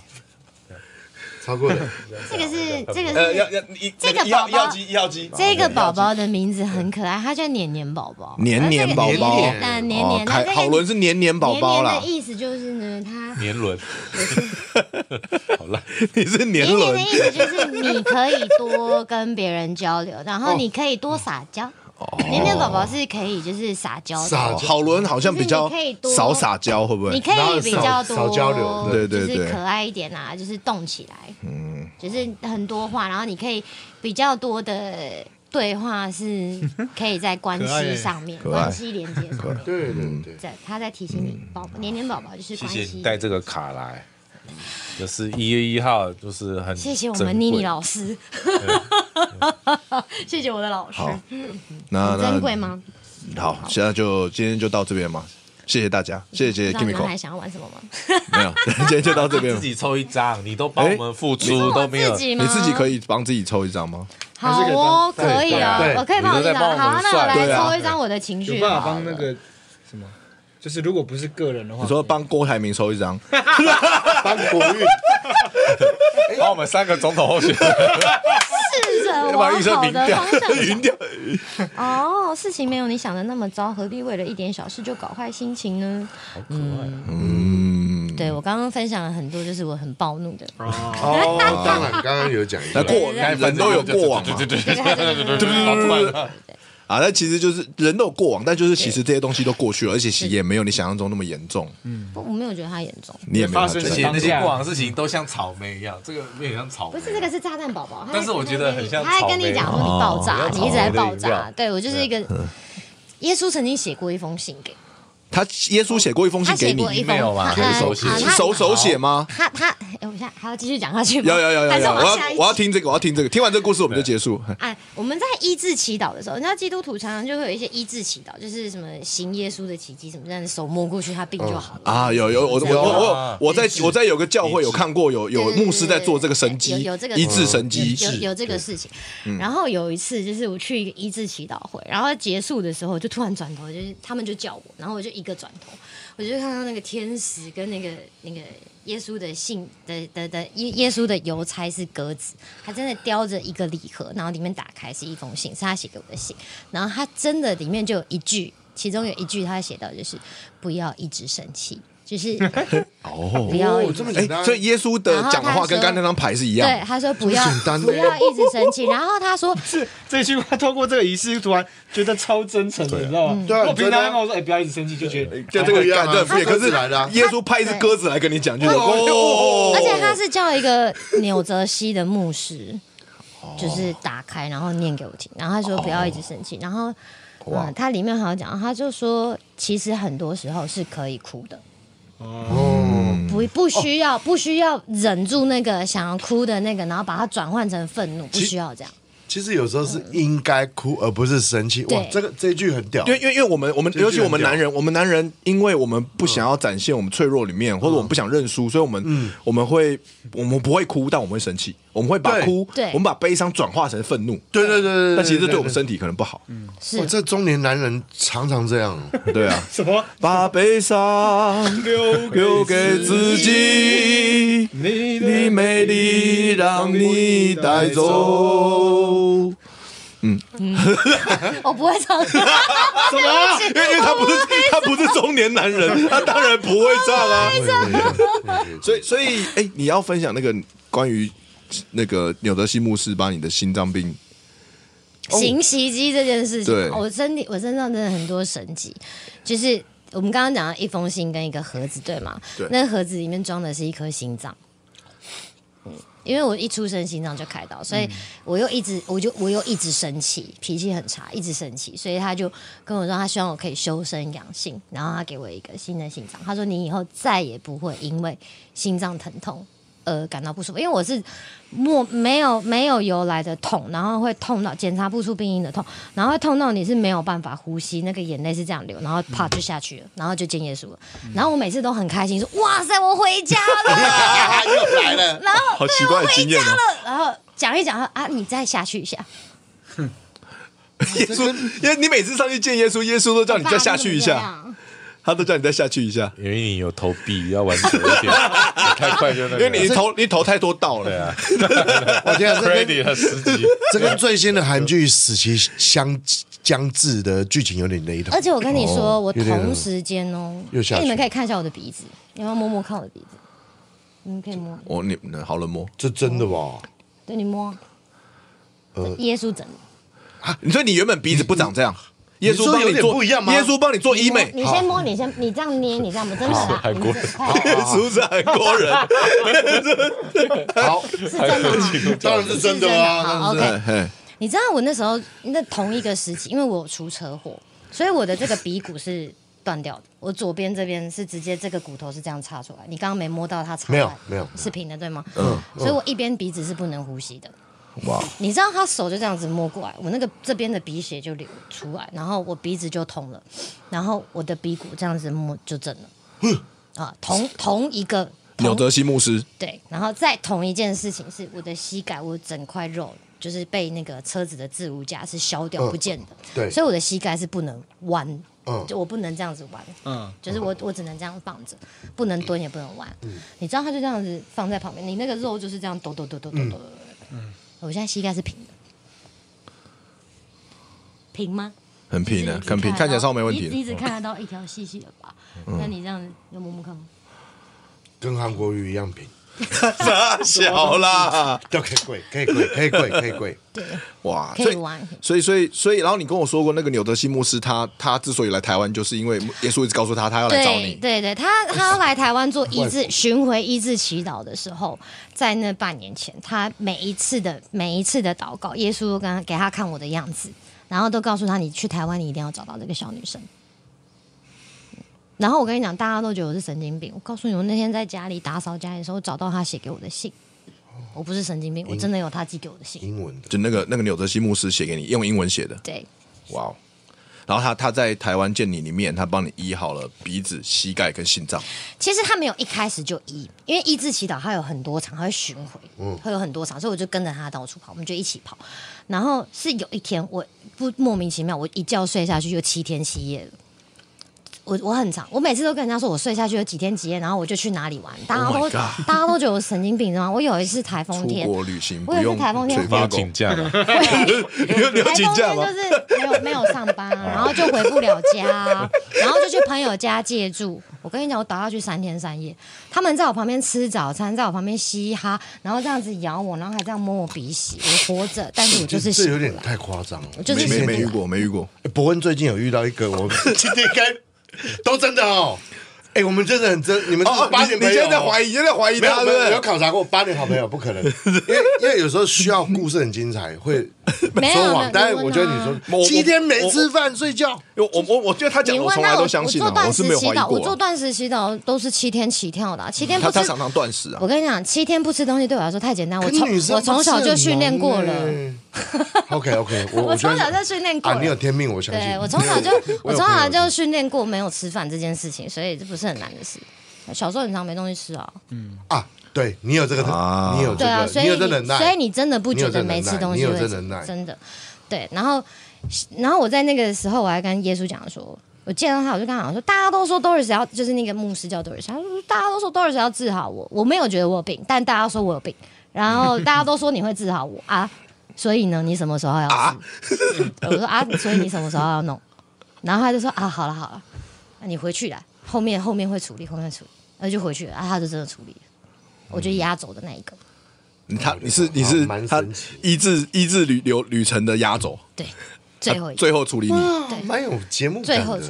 Speaker 2: 超过的，
Speaker 3: 这个是这个
Speaker 4: 呃，要
Speaker 3: 是
Speaker 4: 要一
Speaker 3: 这个
Speaker 4: 那
Speaker 3: 宝
Speaker 4: 药
Speaker 3: 宝
Speaker 4: 药剂药剂，
Speaker 3: 这个宝宝的名字很可爱，它叫年年宝宝，
Speaker 1: 年年宝宝
Speaker 3: 但年年
Speaker 1: 开好伦是年年宝宝啦
Speaker 3: 年年的，意思就是呢，它
Speaker 4: 年轮，好烂，
Speaker 1: 你是年
Speaker 3: 年年的
Speaker 1: 轮
Speaker 3: 意思就是你可以多跟别人交流，然后你可以多撒娇。年年宝宝是可以就是撒娇的，
Speaker 2: 傻
Speaker 1: 哦，好伦好像比较
Speaker 3: 就是你可以多
Speaker 1: 少撒娇，会不
Speaker 3: 你
Speaker 1: 会？
Speaker 3: 可以比较
Speaker 2: 然后
Speaker 3: 多
Speaker 2: 少少交流
Speaker 1: 对对对
Speaker 3: 就是可爱一点啊，就是动起来，嗯，就是很多话，然后你可以比较多的对话是可以在关
Speaker 5: 可爱耶
Speaker 3: 系上 面，
Speaker 1: 爱嗯
Speaker 3: 关系连接上面。
Speaker 2: 对对对，
Speaker 3: 在他在提醒你，宝宝年年宝宝就是
Speaker 4: 谢
Speaker 3: 关
Speaker 4: 谢
Speaker 3: 系。
Speaker 4: 你带这个卡来，嗯就是一月一号，就是很
Speaker 3: 谢谢我
Speaker 4: 珍
Speaker 3: 们
Speaker 4: 贵
Speaker 3: 妮妮老师， 谢谢我的老师，
Speaker 1: 好那
Speaker 3: 珍
Speaker 1: 那
Speaker 3: 贵吗？
Speaker 1: 好，现在就今天就到这边嘛，谢谢大家，谢谢
Speaker 3: 不知道你们还
Speaker 1: Kimiko，
Speaker 3: 想要玩什么吗？
Speaker 1: 没 有，今天就到这边了。
Speaker 4: 自己抽一张，你都帮
Speaker 1: 哎
Speaker 4: 我们付
Speaker 3: 是
Speaker 4: 出
Speaker 3: 我
Speaker 4: 都没有
Speaker 3: 自，己吗？
Speaker 1: 你自己可以帮自己抽一张吗？
Speaker 3: 好哦，可以哦
Speaker 2: 对，啊
Speaker 3: 我可以帮我
Speaker 4: 你都在
Speaker 3: 一张。
Speaker 4: 帮我
Speaker 3: 好，
Speaker 4: 们
Speaker 3: 那我
Speaker 4: 算
Speaker 1: 对啊
Speaker 3: 来抽一张我的情
Speaker 5: 有
Speaker 3: 绪
Speaker 5: 办
Speaker 3: 好
Speaker 5: 法
Speaker 3: 了。
Speaker 5: 帮那个什么，就是如果不是个人的话，
Speaker 1: 你说帮郭台铭抽一 张，
Speaker 2: 当国 运
Speaker 1: 哎
Speaker 4: 帮我们三个总统候选人，
Speaker 3: 试着
Speaker 4: 要把
Speaker 3: 往
Speaker 4: 预算
Speaker 3: 好
Speaker 4: 民
Speaker 3: 的
Speaker 4: 调
Speaker 3: 方向 走
Speaker 1: 云掉。
Speaker 3: 哦，事情没有你想的那么糟，何必为了一点小事就搞坏心情呢？
Speaker 1: 嗯，
Speaker 3: 对我刚刚分享了很多，就是我很暴怒的，
Speaker 2: 哦，当然刚刚有讲一
Speaker 1: 那
Speaker 2: 个，
Speaker 1: 过人都有过往嘛
Speaker 4: 对，对对
Speaker 3: 对对对
Speaker 4: 对
Speaker 3: 对对对
Speaker 4: 对对，
Speaker 1: 啊，那其实就是人都有过往，但就是其实这些东西都过去了，而且其实也没有你想象中那么严重，
Speaker 4: 嗯
Speaker 3: 不，我没有觉得它严重，
Speaker 1: 你也没有
Speaker 5: 发生
Speaker 4: 而
Speaker 1: 这
Speaker 4: 且
Speaker 1: 样
Speaker 4: 那些过往的事情都像草莓一样，这个有点像草莓，
Speaker 3: 不是这个是炸弹宝宝，他
Speaker 4: 但是我觉得很像
Speaker 3: 他在跟
Speaker 4: 草莓
Speaker 3: 你讲说你爆炸，
Speaker 4: 哦
Speaker 3: 你一直在爆
Speaker 4: 草莓的饮
Speaker 3: 炸
Speaker 4: 料，
Speaker 3: 对我就是一个。耶稣曾经写过一封信给
Speaker 1: 他耶稣写过一封
Speaker 3: 他
Speaker 1: 信给
Speaker 3: 写
Speaker 1: 你，
Speaker 3: 过一封
Speaker 4: email 嘛
Speaker 3: 他呃
Speaker 4: 手写
Speaker 3: 啊
Speaker 4: 信
Speaker 3: 他
Speaker 1: 手手写吗？
Speaker 3: 他他，哎我想还要继续讲下去吗？
Speaker 1: 要要要要
Speaker 3: 还是
Speaker 1: 要！我
Speaker 3: 我下
Speaker 1: 要
Speaker 3: 一
Speaker 1: 我要
Speaker 3: 集
Speaker 1: 听这个，我要听这个。听完这个故事我们就结束。
Speaker 3: 哎，我们在医治祈祷的时候，你知道基督徒常常就会有一些医治祈祷，就是什么行耶稣的奇迹，什么这样的手摸过去，他病就好了。
Speaker 1: 啊，有有我我
Speaker 4: 有
Speaker 1: 我我
Speaker 4: 啊
Speaker 1: 我在我在有个教会有看过有有
Speaker 3: 对对
Speaker 1: 牧师在做这个神
Speaker 3: 有
Speaker 1: 机
Speaker 3: 有这个
Speaker 1: 医治神机
Speaker 3: 有有有这个事情。然后有一次，就是我去一个医治祈祷会，然后结束的时候，就突然转头，就是他们就叫我，然后我就一个转头，我就看到那个天使跟那个那个耶稣的信的的的耶耶稣的邮差是鸽子，他真的叼着一个礼盒，然后里面打开是一封信，是他写给我的信，然后他真的里面就有一句，其中有一句他写到就是不要一直生气。就是
Speaker 1: 哦
Speaker 3: 不，要
Speaker 2: 这么
Speaker 1: 哎
Speaker 2: 简单，，
Speaker 1: 所以耶稣的讲的话跟刚才那张牌是一
Speaker 3: 对
Speaker 1: 样，
Speaker 3: 他说不要
Speaker 2: 这么简单哦
Speaker 3: 不要一直生气，然后他说
Speaker 5: 是这句话透过这个仪式，突然觉得超真诚的，你知道吗？
Speaker 2: 对啊
Speaker 5: 我
Speaker 2: 真
Speaker 5: 平常
Speaker 2: 的啊
Speaker 5: 跟我说，哎，不要一直生气，就觉得
Speaker 1: 就这个干这不也
Speaker 2: 鸽
Speaker 1: 可是
Speaker 2: 子来的啊
Speaker 1: 耶稣派一只鸽子来跟你讲，就是哦，
Speaker 3: 而且他是叫一个纽泽西的牧师，
Speaker 2: 哦
Speaker 3: 就是打开然后念给我听，然后他说不要一直生气，然后嗯，他里面好像讲，他就说其实很多时候是可以哭的。
Speaker 2: 哦
Speaker 3: 不不需要，不需要忍住那个想要哭的那个，然后把它转换成愤怒，不需要这样。
Speaker 2: 其实有时候是应该哭，而不是生气。哇
Speaker 3: 对，
Speaker 2: 这个这一句很屌
Speaker 1: 因。为因为因为我们我们
Speaker 2: 句
Speaker 1: 尤其我们
Speaker 2: 很屌
Speaker 1: 男人，我们男人，因为我们不想要展现我们脆弱里面，或者我们不想认输，所以我们、我们会我们不会哭，但我们会生气，我们会把
Speaker 2: 对
Speaker 1: 哭，
Speaker 3: 对
Speaker 1: 我们把悲伤转化成愤怒，
Speaker 2: 对对对对，
Speaker 1: 但其实这对嗯我们身体可能不好，
Speaker 3: 是
Speaker 2: 哇，这中年男人常常这 样。
Speaker 1: 对 啊，
Speaker 5: 什么
Speaker 1: 把悲伤
Speaker 5: 留
Speaker 1: 留给自己，
Speaker 5: 你
Speaker 1: 你美丽让你带走。
Speaker 3: 我哦不会 唱，
Speaker 2: 啊
Speaker 1: 因为因为他 不是他不是中年男人， 他当然不会唱啊。所以所以哎、你要分享那个关于那个纽泽西牧师把你的心脏病，
Speaker 3: 行袭击这件事情
Speaker 1: 哦
Speaker 3: 哦
Speaker 1: 对，
Speaker 3: 我身体我身上真的很多神迹，就是我们刚刚讲到一封信跟一个盒子，对吗？
Speaker 1: 对
Speaker 3: 那个盒子里面装的是一颗心脏。因为我一出生心脏就开刀，所
Speaker 2: 嗯
Speaker 3: 以我又一直我就我又一直生气，脾气很差，一直生气，所以他就跟我说，他希望我可以修身养性，然后他给我一个新的心脏，他说你以后再也不会因为心脏疼痛而感到不舒服，因为我是莫没有没有由来的痛，然后会痛到检查不出病因的痛，然后会痛到你是没有办法呼吸，那个眼泪是这样流，然后啪就下去了，然后就见耶稣了，
Speaker 2: 嗯
Speaker 3: 然后我每次都很开心，说哇塞，我回家了。
Speaker 2: 又来了，
Speaker 3: 然后
Speaker 1: 好奇怪的经验哦、
Speaker 3: 然后讲一讲啊，你再下去一下，
Speaker 1: 耶稣，因为你每次上去见耶稣，耶稣都叫啊你再下去 一
Speaker 3: 爸
Speaker 1: 下，。他都叫你再下去一下，
Speaker 4: 因为你有投币要完成一点，你太快就那
Speaker 1: 因
Speaker 4: 个了，
Speaker 1: 为你投你投太多道
Speaker 4: 啊对
Speaker 1: 了。
Speaker 4: 啊
Speaker 2: 我天啊，这
Speaker 4: ，credit
Speaker 2: 跟
Speaker 4: 和十级，
Speaker 2: 这跟最新的韩剧《死期相将至》的剧情有点雷同
Speaker 3: 而。且我跟你说，我
Speaker 2: 有点
Speaker 3: 同时间哦，
Speaker 2: 又下
Speaker 3: 哎
Speaker 2: 去
Speaker 3: 你们可以看一下我的鼻子，你要不要摸摸看我的鼻子？你们可以摸，
Speaker 1: 哦，你好冷漠
Speaker 2: 这真的 吧？
Speaker 3: 对你摸。这耶稣整的，
Speaker 1: 啊！你说你原本鼻子不长这样，耶
Speaker 2: 你
Speaker 1: 稣
Speaker 2: 说
Speaker 1: 帮
Speaker 2: 有
Speaker 1: 你
Speaker 2: 点
Speaker 1: 做
Speaker 2: 不一样吗
Speaker 1: 耶稣帮你做医美，
Speaker 3: 你先摸，你先你这样捏，你这哦样摸，真的啦，
Speaker 4: 韩国人
Speaker 1: 耶 稣 是韩国人，
Speaker 3: 是真的哈，
Speaker 2: 好，当然是真的
Speaker 3: 是真的
Speaker 2: 啊。
Speaker 3: 好，OK。
Speaker 1: 嘿
Speaker 3: 你知道我那时候那同一个时期，因为我出车祸，所以我的这个鼻骨是断掉的。我左边这边是直接这个骨头是这样插出来，你刚刚没摸到它插出来
Speaker 2: 没有没有
Speaker 3: 是平的对吗？嗯，所以我一边鼻子是不能呼吸的。
Speaker 1: 哇，
Speaker 3: 你知道他手就这样子摸过来，我那个这边的鼻血就流出来，然后我鼻子就痛了，然后我的鼻骨这样子摸就正了。
Speaker 2: 嗯
Speaker 3: 啊，同同一个
Speaker 1: 纽泽西牧师，
Speaker 3: 对，然后再同一件事情是我的膝盖，我整块肉就是被那个车子的置物架是削掉
Speaker 1: 嗯
Speaker 3: 不见的，
Speaker 2: 对
Speaker 3: 所以我的膝盖是不能弯，
Speaker 2: 嗯
Speaker 3: 就我不能这样子弯，
Speaker 5: 嗯，
Speaker 3: 就是我我只能这样放着，不能蹲也不能弯，
Speaker 1: 嗯
Speaker 3: 你知道它就这样子放在旁边，你那个肉就是这样抖抖抖抖抖抖抖抖，嗯，我现在膝盖是平的，平吗？
Speaker 1: 很平
Speaker 3: 就是
Speaker 1: 的，
Speaker 3: 你
Speaker 1: 很平，
Speaker 3: 得
Speaker 1: 看起来
Speaker 3: 到
Speaker 1: 超没问题
Speaker 3: 你你只
Speaker 1: 的。嗯
Speaker 3: 看得到一条细细的吧？那你这样子有摸摸看吗？
Speaker 2: 跟韩国瑜一样平，
Speaker 1: 傻小啦，
Speaker 2: 都可以跪，可以跪，可以跪，可以跪。
Speaker 3: 对，
Speaker 1: 哇！
Speaker 3: 可以
Speaker 1: 所以
Speaker 3: 玩
Speaker 1: 所以所以所以，然后你跟我说过，那个纽德西牧师他他之所以来台湾，就是因为耶稣一直告诉他他要来找
Speaker 3: 对
Speaker 1: 你。
Speaker 3: 对对，他他来台湾做医治巡回医治祈祷的时候，在那半年前，他每一次的每一次的祷告，耶稣都跟他给他看我的样子，然后都告诉他，你去台湾，你一定要找到这个小女生。然后我跟你讲，大家都觉得我是神经病。我告诉你，我那天在家里打扫家里的时候，找到他写给我的信。我不是神经病，我真的有他寄给我的信。
Speaker 2: 英文的，
Speaker 1: 就那个那个纽泽西牧师写给你，用英文写的，
Speaker 3: 对，
Speaker 1: 哇哦！然后他他在台湾见你里面，他帮你医好了鼻子、膝盖跟心脏。
Speaker 3: 其实他没有一开始就医，因为医治祈祷他有很多场，他会巡回，
Speaker 1: 嗯
Speaker 3: 会有很多场，所以我就跟着他到处跑，我们就一起跑。然后是有一天，我不莫名其妙，我一觉睡下去就七天七夜了。我我很常，我每次都跟人家说我睡下去有几天几夜，然后我就去哪里玩，大家
Speaker 1: Oh
Speaker 3: 都、
Speaker 1: my God
Speaker 3: 大家都觉得我神经病，然后我有一次台风
Speaker 1: 出
Speaker 3: 天，
Speaker 1: 国旅行不
Speaker 3: 我有一次
Speaker 1: 用
Speaker 3: 台风天
Speaker 1: 嘴
Speaker 4: 你
Speaker 1: 巴
Speaker 4: 有
Speaker 1: 狗，
Speaker 4: 请假吗？
Speaker 3: 你有你有请假吗？就是没有没有上班，啊然后就回不了家，啊然后就去朋友家借住。我跟你讲，我倒下去三天三夜，他们在我旁边吃早餐，在我旁边嘻哈，然后这样子咬我，然后还这样摸我鼻息。我活着，但是我 就是
Speaker 2: 这
Speaker 3: 醒
Speaker 2: 有
Speaker 3: 不
Speaker 2: 点
Speaker 3: 来。
Speaker 2: 太夸张了。
Speaker 3: 我就是
Speaker 1: 没没
Speaker 3: 醒不
Speaker 1: 没遇
Speaker 3: 来。
Speaker 1: 过，没遇过。
Speaker 2: 欸伯恩最近有遇到一个，我们 今天该都真的哦。 哎，我们真的很真，你们是八
Speaker 1: 你
Speaker 2: 年
Speaker 1: 你
Speaker 2: 朋友哦
Speaker 1: 现在在怀疑，你现在怀疑
Speaker 2: 没有
Speaker 1: 他，
Speaker 2: 没
Speaker 1: 对
Speaker 2: 有没有
Speaker 1: 不
Speaker 2: 考察过八年好朋友不可能， 因为因为有时候需要故事很精彩，会
Speaker 3: 没有
Speaker 2: 说
Speaker 3: 没
Speaker 2: 谎
Speaker 3: 有。
Speaker 2: 但是
Speaker 3: 没有
Speaker 2: 我觉得
Speaker 3: 啊
Speaker 2: 你
Speaker 1: 我
Speaker 2: 说七天没吃饭睡觉，
Speaker 1: 对？我我我觉得他讲
Speaker 3: 你
Speaker 1: 的我
Speaker 3: 问
Speaker 1: 从来
Speaker 3: 他
Speaker 1: 都相信
Speaker 3: 我
Speaker 1: 啊
Speaker 3: 做，断
Speaker 1: 我是
Speaker 3: 食
Speaker 1: 没有
Speaker 3: 祈
Speaker 1: 怀疑
Speaker 3: 祷，我
Speaker 1: 过
Speaker 3: 做
Speaker 1: 啊。
Speaker 3: 断食祈祷都是七天起跳的啊，七天
Speaker 1: 他
Speaker 3: 不吃
Speaker 1: 他。常常断食啊
Speaker 3: 我，跟你讲，七天不吃东西对我来说太简单，我
Speaker 2: 可是女
Speaker 3: 从
Speaker 2: 生
Speaker 3: 我从小就训练过了。
Speaker 2: OK OK，我
Speaker 3: 我从小
Speaker 2: 觉得
Speaker 3: 就训练过
Speaker 2: 啊，
Speaker 3: 了。
Speaker 2: 你有天命，我相信
Speaker 3: 对。我从小 就我从小就训练过没有吃饭这件事情，所以这不是很难的事。小时候很常没东西吃啊，
Speaker 2: 啊，对你有这个，
Speaker 1: 啊
Speaker 2: 你有这
Speaker 3: 对啊，
Speaker 2: 个，
Speaker 3: 所
Speaker 2: 你
Speaker 3: 以
Speaker 2: 有这能耐，
Speaker 3: 所以你真的不觉
Speaker 2: 你有这
Speaker 3: 得
Speaker 2: 能耐
Speaker 3: 没吃东西
Speaker 2: 你有
Speaker 3: 会
Speaker 2: 这能耐
Speaker 3: 真的对。然后然后我在那个时候我还跟耶稣讲说。我见到他，我就跟他讲说，大家都说 Doris 要，就是那个牧师叫 Doris，他说大家都说 Doris 要治好我，我没有觉得我有病，但大家说我有病，然后大家都说你会治好我啊，所以呢，你什么时候要治？
Speaker 2: 啊
Speaker 3: 我说啊，所以你什么时候要弄？然后他就说啊，好了好了，那你回去啦，后面后面会处理，后面会处理，然后就回去了啊，他就真的处理了，我就压轴的那一个，
Speaker 1: 他你是你是
Speaker 2: 哦蛮
Speaker 1: 他
Speaker 2: 神奇的
Speaker 1: 医治医治旅流旅程的压轴，
Speaker 3: 对，最后
Speaker 1: 他
Speaker 3: 一个，
Speaker 1: 最后处理你
Speaker 2: 啊蛮有节目
Speaker 3: 最
Speaker 2: 感
Speaker 3: 后
Speaker 2: 的，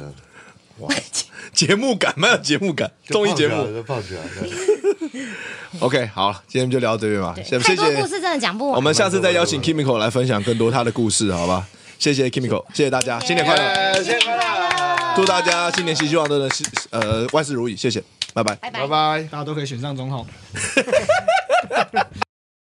Speaker 1: 节目感，蛮有节目感，综艺节目。
Speaker 2: 就放起啊来了。
Speaker 1: OK，好了，今天就聊到这边吧，
Speaker 3: 对
Speaker 1: 谢
Speaker 3: 太
Speaker 1: 谢
Speaker 3: 多故
Speaker 1: 谢。
Speaker 3: 事真的讲不完。
Speaker 1: 我们下次再邀请 Kimiko 来分享更多他的故事，好吧？谢谢 Kimiko，谢谢大家，新年快乐！
Speaker 2: 哎谢谢大家，
Speaker 1: 祝大家新年新希望都能是呃万事如意，谢谢，拜拜。
Speaker 3: 拜拜
Speaker 2: 拜。拜。
Speaker 5: 大家都可以选上总统。